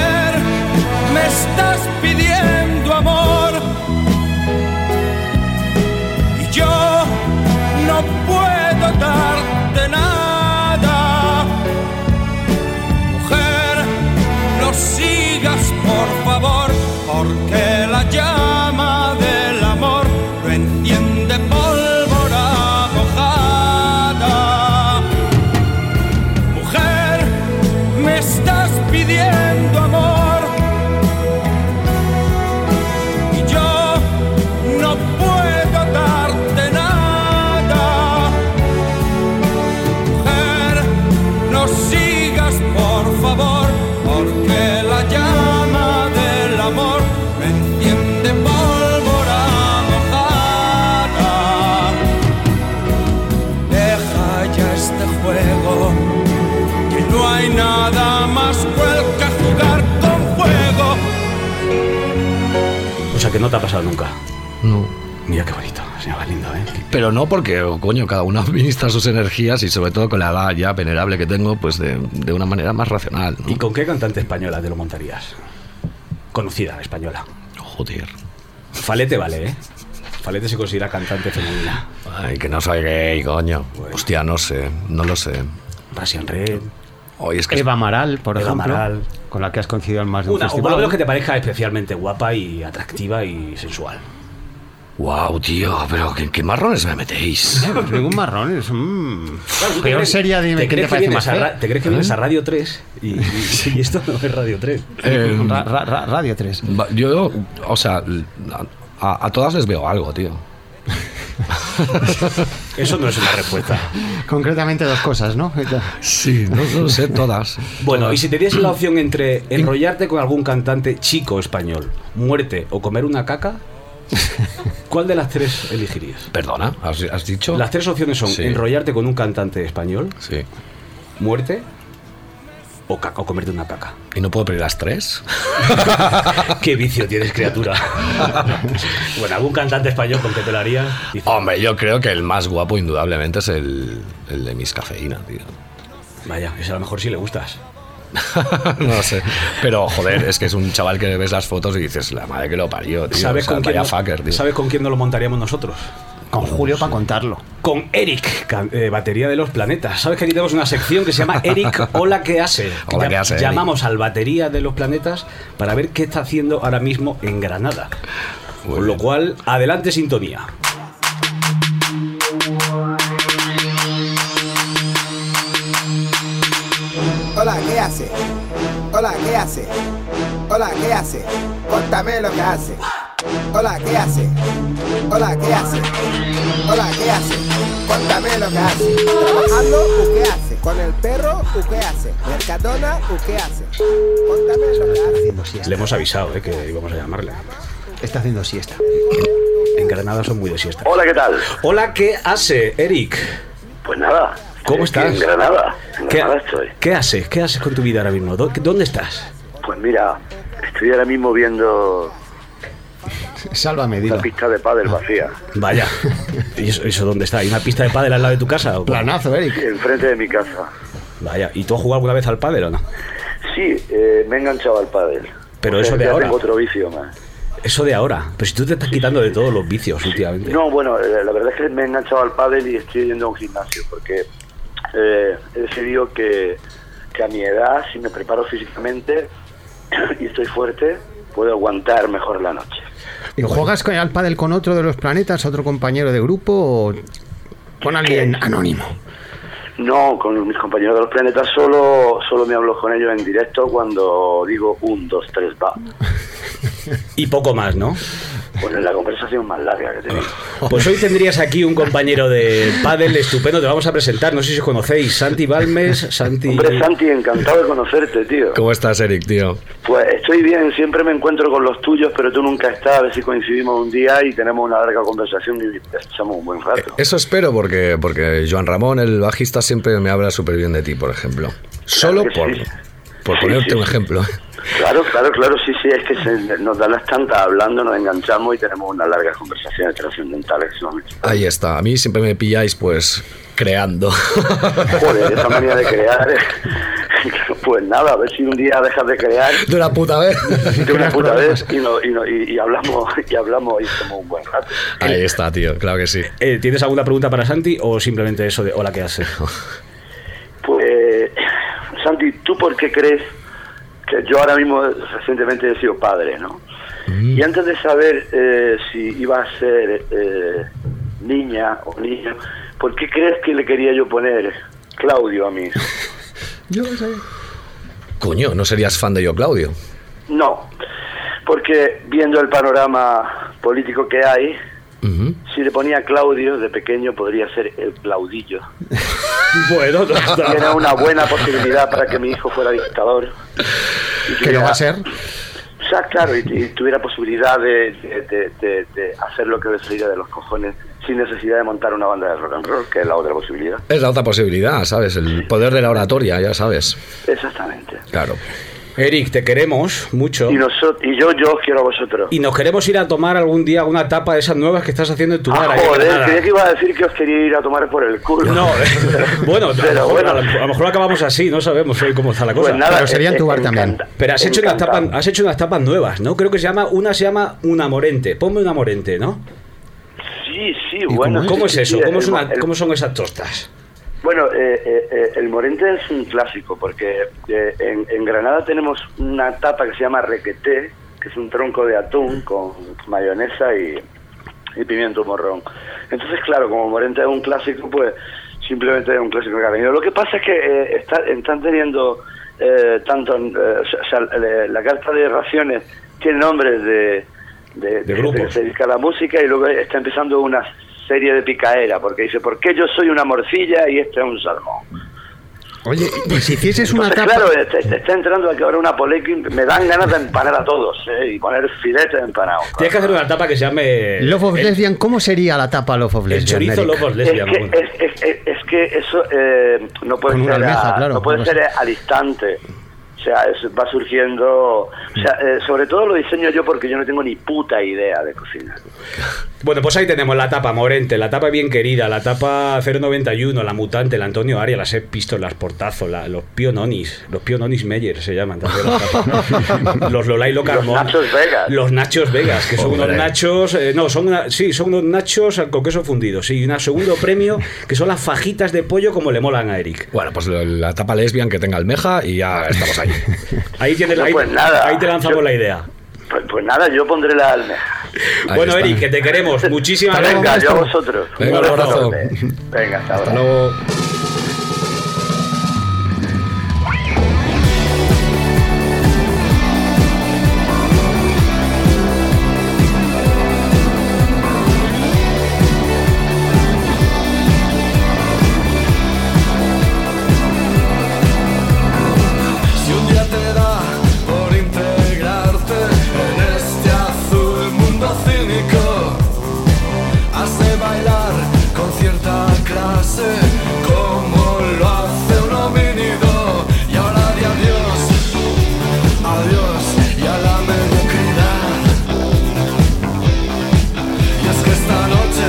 me estás pidiendo amor. Y yo no puedo darte nada. Mujer, no sigas, por favor, porque la llama del amor no enciende pólvora mojada. Mujer, me estás pidiendo amor. Y yo no puedo darte nada. Mujer, no sigas por favor, porque la llama del amor me enciende pólvora mojada. Deja ya este juego que no hay nada más cruel que jugar con fuego.
O sea, que no te ha pasado nunca.
No.
Mira qué bonito. Señor Galindo, ¿eh?
Pero no porque, oh, coño, cada uno administra sus energías y sobre todo con la edad ya venerable que tengo, pues de, de una manera más racional. ¿no?
¿Y con qué cantante española te lo montarías? Conocida española.
Joder.
Falete vale, ¿eh? Falete se considera cantante femenina.
Ay, que no soy gay, coño. Hostia, no sé, no lo sé.
Pasión Red.
Hoy es que...
Eva Amaral, por
Eva
ejemplo,
Amaral.
con la que has coincidido en más de un
Una, o por
festival.
lo menos que te parezca especialmente guapa y atractiva y sensual.
Wow, tío, pero ¿qué, qué marrones me metéis?
Ningún marrón. Es, mm. Peor sería dime quién te parece más. ¿Eh?
a
feo.
ra- ¿Te crees que vienes a Radio 3? Y, y- y esto no es Radio 3. Em,
Eh,
Ra- ra- ra- Radio 3.
va- yo, o sea, a, a todas les veo algo, tío.
Eso no es una respuesta.
Concretamente dos cosas, ¿no?
Sí, no, no lo sé, todas.
Bueno, y si tenías la opción entre enrollarte con algún cantante chico español, muerte o comer una caca, ¿cuál de las tres elegirías?
Perdona, ¿has, has dicho?
Las tres opciones son
Sí.
enrollarte con un cantante español,
Sí.
muerte o, caca, o comerte una caca.
¿Y no puedo pedir las tres?
¿Qué vicio tienes, criatura? bueno, algún cantante español con que te la harías. Dice,
Hombre, yo creo que el más guapo, indudablemente, es el, el de mis cafeína, tío.
Vaya, es a lo mejor si le gustas.
no lo sé. Pero, joder, es que es un chaval que ves las fotos y dices, la madre que lo parió, tío.
¿Sabes,
O sea,
con quién
vaya
no-
fucker, tío.
¿Sabes con quién nos lo montaríamos nosotros?
Con Julio para contarlo.
Con Eric, ca- eh, batería de los planetas. Sabes que aquí tenemos una sección que se llama Eric Hola que hace.
Hola, ¿qué hace, Eric?
Llamamos al batería de los planetas para ver qué está haciendo ahora mismo en Granada.
Muy
Con lo
bien.
cual, adelante sintonía.
Hola, ¿qué hace? Hola, ¿qué hace? Hola, ¿qué hace? Cuéntame lo que hace. Hola, ¿qué hace? Hola, ¿qué hace? Hola, ¿qué hace? Cuéntame lo que hace. ¿Trabajando o qué hace? ¿Con el perro o qué hace? ¿Mercadona o qué hace? Cuéntame lo que hace.
Le hemos avisado eh, que íbamos a llamarle.
Está haciendo siesta.
En Granada son muy de siesta.
Hola, ¿qué tal?
Hola, ¿qué hace, Eric?
Pues nada.
¿Cómo
estoy
estás?
En Granada. En
¿Qué,
Granada estoy.
qué haces? ¿Qué haces con tu vida ahora mismo? ¿Dó- ¿Dónde estás?
Pues mira, estoy ahora mismo viendo
Sálvame,
la
dilo.
pista de pádel vacía.
Vaya. ¿Y eso, eso dónde está? ¿Hay una pista de pádel al lado de tu casa? o cómo?
Planazo, Eric.
Enfrente de mi casa.
Vaya. ¿Y tú has jugado alguna vez al pádel o no?
Sí, eh, me he enganchado al pádel.
Pero
O sea,
eso de
ya
ahora.
Tengo otro vicio más.
Eso de ahora. Pero si tú te estás quitando de todos los vicios últimamente.
No, bueno, eh, la verdad es que me he enganchado al pádel y estoy yendo a un gimnasio porque eh, he decidido que, que a mi edad, si me preparo físicamente y estoy fuerte, puedo aguantar mejor la noche.
¿Y juegas con, al pádel con otro de los planetas, otro compañero de grupo o con alguien anónimo?
No, con mis compañeros de los planetas solo, solo me hablo con ellos en directo cuando digo un, dos, tres, va.
Y poco más, ¿no?
Bueno, es la conversación más larga que tenemos.
Pues hoy tendrías aquí un compañero de pádel estupendo. Te vamos a presentar. No sé si os conocéis. Santi Balmes. Santi.
Hombre, Santi, encantado de conocerte, tío.
¿Cómo estás, Eric, tío?
Pues estoy bien, siempre me encuentro con los tuyos, pero tú nunca estás. A ver si coincidimos un día y tenemos una larga conversación y echamos un buen rato.
Eh, Eso espero porque, porque Joan Ramón, el bajista, siempre me habla súper bien de ti, por ejemplo. Solo
que
por,
sí.
por
Sí,
ponerte
sí,
un
sí.
ejemplo.
Claro, claro, claro, sí, sí, es que se- nos dan las tantas hablando, nos enganchamos y tenemos unas largas conversaciones trascendentales. ¿no?
Ahí está. A mí siempre me pilláis, pues, creando.
Joder, esa manía de crear. eh. Pues nada, a ver si un día dejas de crear
De una puta vez.
de una puta vez y, no- y no- y- y hablamos y hablamos y hacemos un buen rato.
Ahí está, tío. Claro que sí.
Eh, ¿Tienes alguna pregunta para Santi o simplemente eso de hola, ¿qué haces?
Pues, Santi, ¿tú por qué crees que yo ahora mismo recientemente he sido padre, no?
Mm.
Y antes de saber eh, si iba a ser eh, niña o niño, ¿por qué crees que le quería yo poner Claudio a mí?
Coño, ¿no serías fan de yo, Claudio?
No, porque viendo el panorama político que hay,
Ujú.
si le ponía Claudio de pequeño podría ser el Claudillo.
Bueno, no
Y
está.
era una buena posibilidad para que mi hijo fuera dictador. Y
Que lo va
tuviera-
a ser.
O sea, claro, y, y tuviera posibilidad de, de- de- de- de hacer lo que le saliera de los cojones sin necesidad de montar una banda de rock and roll, que es la otra posibilidad.
Es la otra posibilidad, ¿sabes? El poder de la oratoria, ya sabes.
Exactamente.
Claro.
Eric, te queremos mucho.
Y, nosot- y yo, yo os quiero a vosotros.
Y nos queremos ir a tomar algún día una tapa de esas nuevas que estás haciendo en tu bar.
Ah,
ahí en
joder,
Granada.
creía que iba a decir que os quería ir a tomar por el culo. Pues
No, bueno, a lo,
Pero
mejor,
bueno.
a lo- a lo mejor acabamos así, no sabemos hoy cómo está la cosa.
Pues nada,
pero sería en tu
eh,
bar también.
encanta-
Pero has hecho, unas tapas,
encantado.
has hecho unas tapas nuevas, ¿no? Creo que se llama, una se llama Una Morente. Ponme una Morente, ¿no?
Sí, sí, bueno.
¿Cómo es
sí, sí,
eso?
sí,
¿Cómo, es
el-
una-
el-
cómo son esas tostas?
Bueno, eh, eh, eh, el Morente es un clásico, porque eh, en, en Granada tenemos una tapa que se llama requeté, que es un tronco de atún con mayonesa y, y pimiento morrón. Entonces, claro, como Morente es un clásico, pues simplemente es un clásico que ha venido. Lo que pasa es que eh, está- están teniendo eh, tanto, eh, o sea, la, la carta de raciones tiene nombres de, de, gente
grupos.
que se dedica a la música y luego está empezando una serie de picaera, porque dice, ¿por qué yo soy una morcilla y este es un salmón?
Oye, y si hicieses una
Entonces,
tapa.
claro, está, está entrando aquí ahora una polémica, y me dan ganas de empanar a todos ¿eh? y poner filetes empanados.
Tienes que hacer una tapa que se llame.
Love of
el-
Lesbian, ¿cómo sería la tapa Love
eh,
of
El
Lesbian?
chorizo
Eric?
Lobos
Es
Lesbian.
que, es, es- es- es que eso eh, no puede,
Con
ser,
una almeja,
a-
claro,
no puede
con
ser
los-
al instante. O sea, es- va surgiendo... O sea, eh, sobre todo lo diseño yo porque yo no tengo ni puta idea de cocina.
Bueno, pues ahí tenemos la tapa Morente, la tapa bien querida, la tapa 091, la mutante, el Antonio Arias, las Epístolas, las Portazo, la- los Piononis, los Piononis Meyer se llaman también las tapas. los Lolailo Carmón.
Los Nachos Vegas.
Los Nachos Vegas, que son
Hombre.
unos nachos, eh, no, son una- sí, son unos nachos con queso fundido, sí, y un segundo premio que son las fajitas de pollo como le molan a Eric.
Bueno, pues lo- la tapa lesbian que tenga almeja y ya estamos ahí.
Ahí tienes
No,
ahí-
pues nada.
ahí te lanzamos
Yo-
la idea.
Pues, pues nada, yo pondré la almeja.
Ahí
bueno,
está.
Eric, que te queremos. Muchísimas
Hasta luego,
Venga, yo a
maestro.
vosotros.
Venga, un abrazo.
enorme. Venga, hasta,
Hasta
ahora.
luego.
Si un día te da por integrarte en este azul mundo cínico, has de bailar con cierta clase, como lo hace un homínido. Y ahora di adiós, adiós y a la mediocridad. Y es que esta noche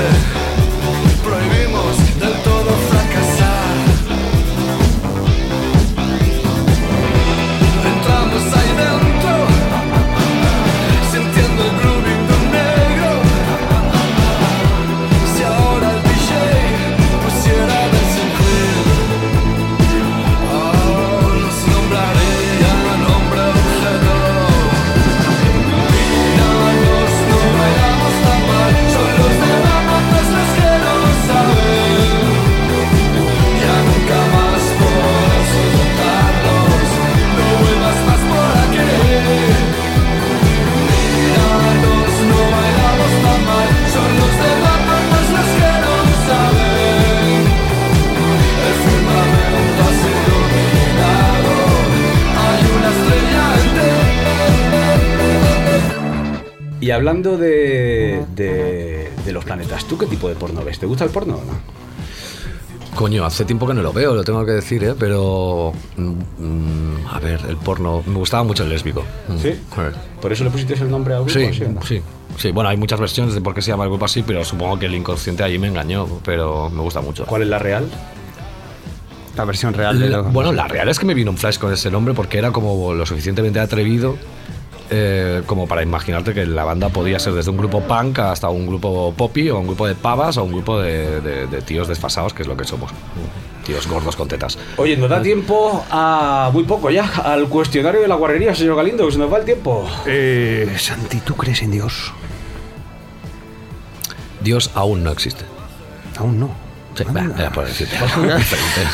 prohibimos del todo fracasar. Entramos ahí dentro, sintiendo el grooving de un negro. Si ahora el DJ pusiera Dancing Queen, oh, nos nombraría nombre objeto. Miranos, no bailamos tan mal, son los de Ramones los que no lo saben. Ya nunca más por eso juntarnos No vuelvas más por aquí Míranos, no bailamos tan mal Son los de la pues los que no lo saben El firmamento ha sido iluminado Hay una estrella en ti
Y hablando de, de, de los planetas, ¿tú qué tipo de porno ves? ¿Te gusta el porno o no?
Coño, hace tiempo que no lo veo, lo tengo que decir, ¿eh? Pero. mm, a ver, el porno. Me gustaba mucho el lésbico. Mm,
¿Sí?
joder.
¿Por eso le pusiste el nombre a grupo?
Sí,
o no?
sí. Sí, bueno, hay muchas versiones de por qué se llama el grupo así, pero supongo que el inconsciente allí me engañó, pero me gusta mucho.
¿Cuál es la real?
La versión real de
La-
Love of-
bueno, la real es que me vino un flash con ese nombre porque era como lo suficientemente atrevido eh, como para imaginarte que la banda podía ser desde un grupo punk hasta un grupo poppy o un grupo de pavas o un grupo de, de- de tíos desfasados, que es lo que somos. Tíos gordos con tetas.
Oye, nos da tiempo a muy poco ya, al cuestionario de la guarrería, señor Galindo, que se nos va el tiempo.
Eh, Santi, ¿tú crees en Dios?
Dios aún no existe.
Aún no.
Sí,
Anda.
bah, era por decirte.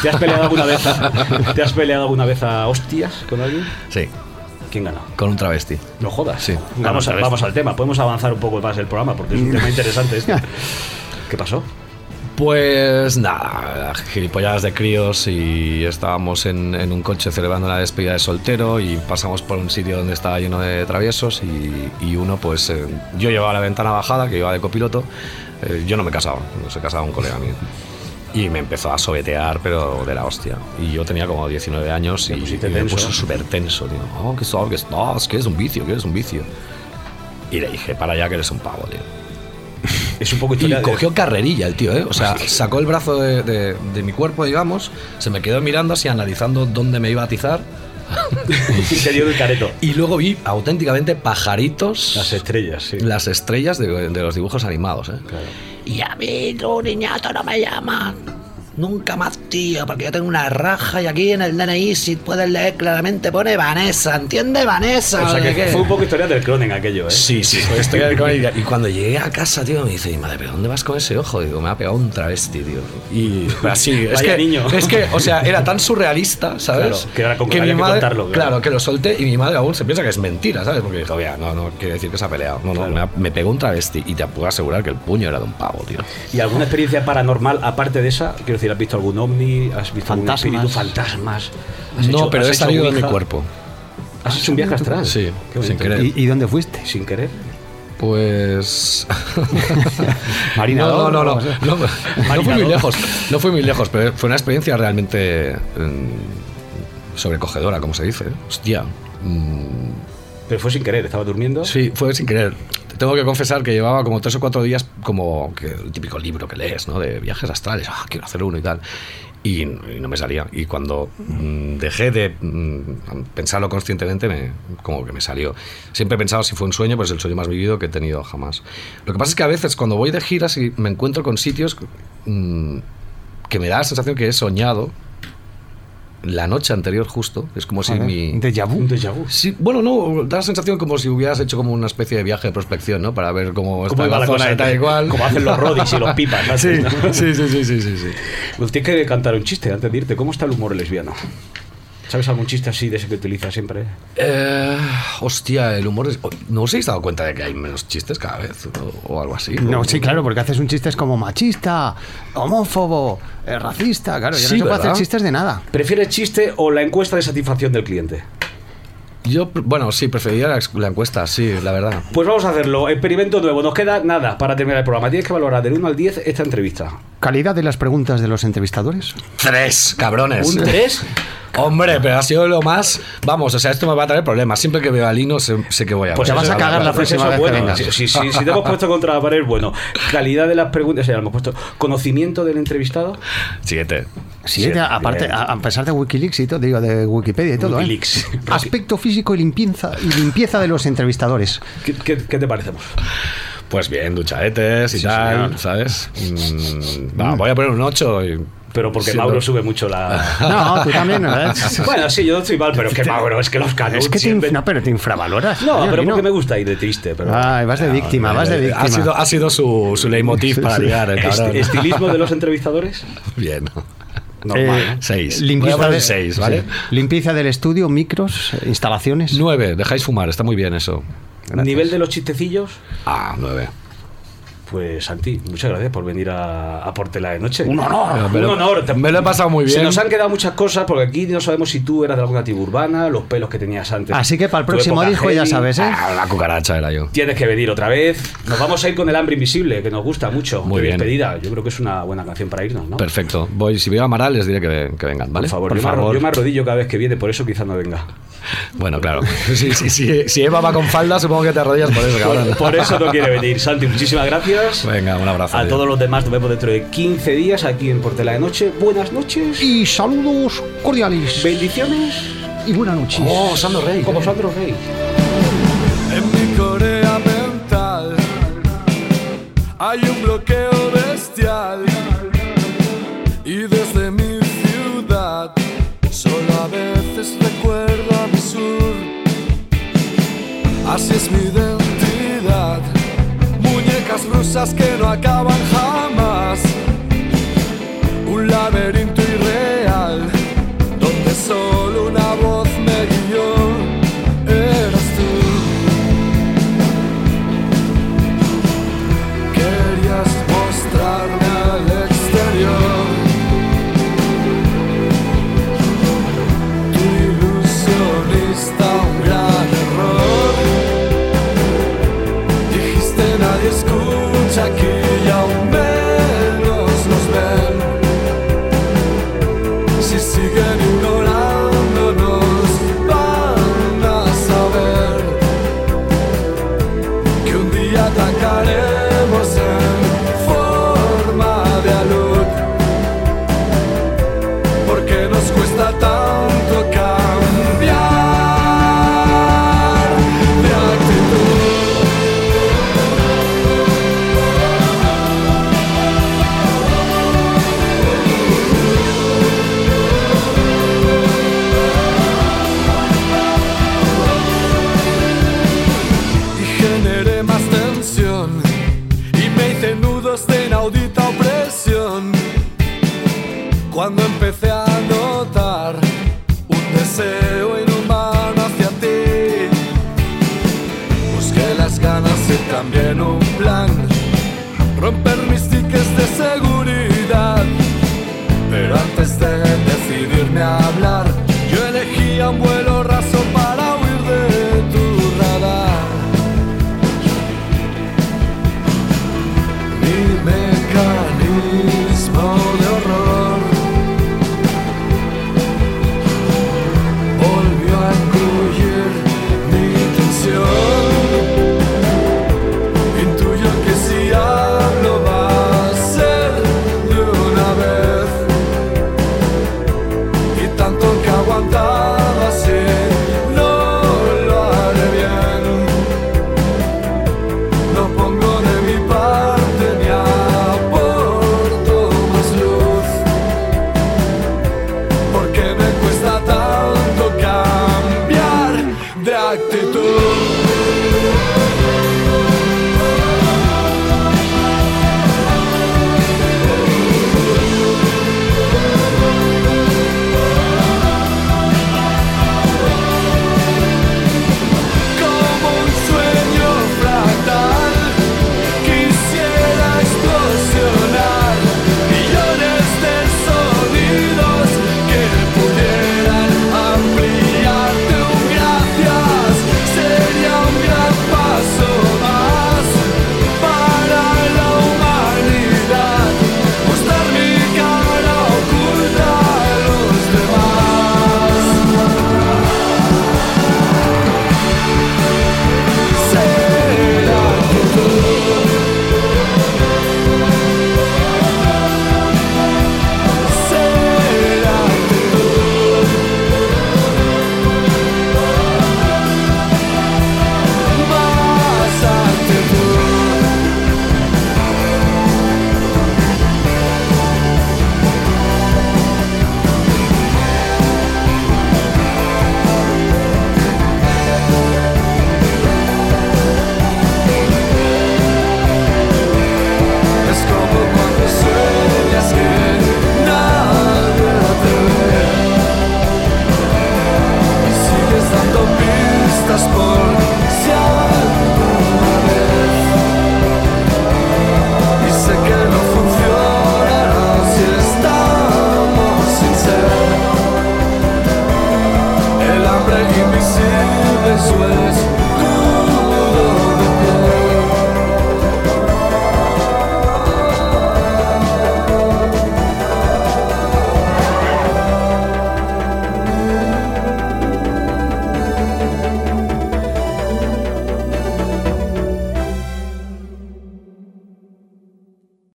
¿Te has peleado alguna vez? a- ¿Te has peleado alguna vez a hostias con alguien?
Sí,
¿Quién ganó?
con un travesti.
No jodas.
Sí.
Vamos, a- vamos al tema. Podemos avanzar un poco más el programa porque es un tema interesante este. ¿Qué pasó?
Pues nada, gilipolladas de críos y estábamos en, en un coche celebrando la despedida de soltero y pasamos por un sitio donde estaba lleno de traviesos y, y uno pues eh, yo llevaba la ventana bajada, que iba de copiloto, eh, yo no me casaba, no se casaba un colega mío. Y me empezó a sobetear, pero de la hostia. Y yo tenía como 19 años y, y
pusiste
me
tenso.
puso súper tenso. Digo, oh, que estás, que estás, que es un vicio, que es un vicio. Y le dije, para allá que eres un pavo, tío.
Es un poco
Y
historia. de-
cogió carrerilla el tío, ¿eh? O sea, sacó el brazo de, de- de mi cuerpo, digamos, se me quedó mirando así, analizando dónde me iba a atizar.
y te dio el careto.
Y luego vi auténticamente pajaritos.
Las estrellas, sí.
Las estrellas de, de los dibujos animados, ¿eh? Y a mí, tu niñato no me llama. Nunca más
tío, porque yo tengo una raja y aquí en el DNI, si puedes leer claramente, pone Vanessa, ¿entiendes? Vanessa.
O sea,
¿de
que
qué?
fue un poco historia del Cronen aquello, ¿eh?
Ah, Sí, sí, fue historia del comedia. Y cuando llegué a casa, tío, me dice, "Y madre, ¿pero dónde vas con ese ojo? Digo, me ha pegado un travesti, tío. Y así, es
Vaya
que,
niño.
es que, o sea, era tan surrealista, ¿sabes?
Claro, que era como que había que
madre,
contarlo, claro.
claro. que lo solté y mi madre aún se piensa que es mentira, ¿sabes? Porque dijo, vea, no, no quiere decir que se ha peleado. No, no, me, ha- me pegó un travesti y te puedo asegurar que el puño era de un pavo, tío.
¿Y alguna experiencia paranormal aparte de esa? Quiero decir, ¿has visto algún ovni? ¿Has visto
Fantasmas.
algún espíritu? ¿Fantasmas? ¿Has
no,
hecho-
pero
has
he
hecho
salido de mi
ouija?
cuerpo.
¿Has hecho un viaje astral?
Sí,
Qué
sin
bonito.
querer.
¿Y, y dónde fuiste?
Sin querer.
Pues.
Marinador,
No, no, no.
o
No,
sea.
no, pues, no fui muy
Marinador.
lejos. No fui muy lejos, pero fue una experiencia realmente mm, sobrecogedora, como se dice. Hostia. Mm,
Pero fue sin querer, estaba durmiendo.
Sí, fue sin querer. Tengo que confesar que llevaba como tres o cuatro días como que el típico libro que lees, ¿no? De viajes astrales, ah, quiero hacer uno y tal. Y, y no me salía. Y cuando mm, dejé de mm, pensarlo conscientemente, me, como que me salió. Siempre he pensado si fue un sueño, pues el sueño más vivido que he tenido jamás. Lo que pasa es que a veces cuando voy de giras y me encuentro con sitios mm, que me da la sensación que he soñado la noche anterior justo. Es como si
Joder,
mi...
un déjà vu.
Un déjà vu.
Sí, bueno, no, da la sensación como si hubieras hecho como una especie de viaje de prospección, ¿no? Para ver
¿Cómo
cómo, está
iba
la
la
zona
cosa? ¿eh?
y tal y cual.
Como hacen los rodis y los pipas. ¿no?
Sí,
¿no?
sí, sí, sí, sí, sí, sí.
Pues tienes que cantar un chiste antes de irte. ¿Cómo está el humor lesbiano? ¿Sabes algún chiste así de ese que utiliza siempre?
Eh, hostia, el humor es... ¿No os habéis dado cuenta de que hay menos chistes cada vez o, o algo así?
No,
O-
sí, claro, porque haces un chiste es como machista, homófobo, eh, racista, claro, ya
Sí,
no se puede
¿verdad?
hacer chistes de nada.
¿Prefieres chiste o la encuesta de satisfacción del cliente?
Yo, bueno, sí, preferiría la, ex- la encuesta, sí, la verdad.
Pues vamos a hacerlo. Experimento nuevo. Nos queda nada para terminar el programa. Tienes que valorar del 1 al 10 esta entrevista.
Calidad de las preguntas de los entrevistadores.
Tres, cabrones.
¿Un 3?
Hombre, pero ha sido lo más... Vamos, o sea, esto me va a traer problemas. Siempre que veo a Lino sé, sé que voy a...
Pues
Te
ver.
vas a cagar la próxima vez que
bueno.
vengas.
Si, si, si- si te hemos puesto contra la pared, bueno. Calidad de las preguntas. O sea, hemos puesto conocimiento del entrevistado.
Siete.
Siete, aparte, a, a pesar de Wikileaks y todo, digo, de Wikipedia y todo. ¿eh?
Wikileaks.
Aspecto físico y limpieza, y limpieza de los entrevistadores.
¿Qué, qué- qué te parecemos?
Pues bien, duchadetes y tal, ¿sabes? Mm, va, voy a poner un 8 y...
Pero porque
Siendo-
Mauro sube mucho la.
No, tú también, ¿verdad?
bueno, sí, yo estoy mal, pero es que Mauro, es que los canuts.
Es que te,
siempre-
inf- no, pero te infravaloras.
No,
coño,
pero
Lino.
porque me eh, gusta ir de triste. Pero...
Ay, vas de víctima, vas de víctima.
Ha sido, ha sido su, su leitmotiv para ligar, el
Est-
cabrón.
¿Estilismo de los entrevistadores?
Bien.
Eh,
Seis. Voy a
Limpieza,
poner
de-
seis, ¿vale?
sí. Limpieza del estudio, micros, eh, instalaciones.
9, dejáis fumar, está muy bien eso. Gracias.
¿Nivel de los chistecillos?
Ah, 9.
Pues Santi, muchas gracias por venir a, a Portela de Noche. Un
honor.
Un honor. Te-
Me lo he pasado muy bien.
Se nos han quedado muchas cosas porque aquí no sabemos si tú eras de alguna tiburbana, los pelos que tenías antes.
Así que para el
tu
próximo
época
disco ya
heavy.
sabes, ¿eh?
Ah, la cucaracha era yo.
Tienes que venir otra vez. Nos vamos a ir con el hambre invisible, que nos gusta mucho.
Muy
De
bien.
Despedida. Yo creo que es una buena canción para irnos, ¿no?
Perfecto. Voy, si veo a Amaral, les diré que, que vengan, ¿vale?
Por favor, yo, me arro- yo Me, arrodillo cada vez que viene, por eso quizá no venga.
Bueno, claro. Sí, sí, sí. Si Eva va con falda, supongo que te arrodillas por eso, cabrón.
Por eso no quiere venir. Santi, muchísimas gracias.
Venga, un abrazo.
A
tío.
todos los demás nos vemos dentro de 15 días aquí en Portela de Noche. Buenas noches.
Y saludos cordiales.
Bendiciones.
Y buenas noches.
Sandro Rey. Como Sandro Rey.
En mi Corea mental hay un bloqueo bestial y desde mi ciudad solo a veces recuerdo a mi sur. Así es mi identidad, muñecas rusas que no acaban jamás, un laberinto irreal donde solo una voz me guió. Eras tú. querías mostrarme al exterior. Tu ilusionista, un gran error. Dijiste nadie escucha aquí y aún menos nos ven. Si siguen ignorándonos, van a saber que un día atacaremos en forma de alud. Porque nos cuesta tanto cambiar de actitud. cuando empecé a notar un deseo inhumano hacia ti. Busqué las ganas y también un plan, romper mis tickets de seguridad. Pero antes de decidirme a hablar, yo elegía un vuelo raso para huir de tu radar. Mi mecanismo de horror volvió a incluir mi tensión. Intuyo que si hablo va a ser de una vez y tanto que aguantaba así no lo haré bien. No pongo de mi parte ni aporto más luz Porque me cuesta tanto cambiar de actitud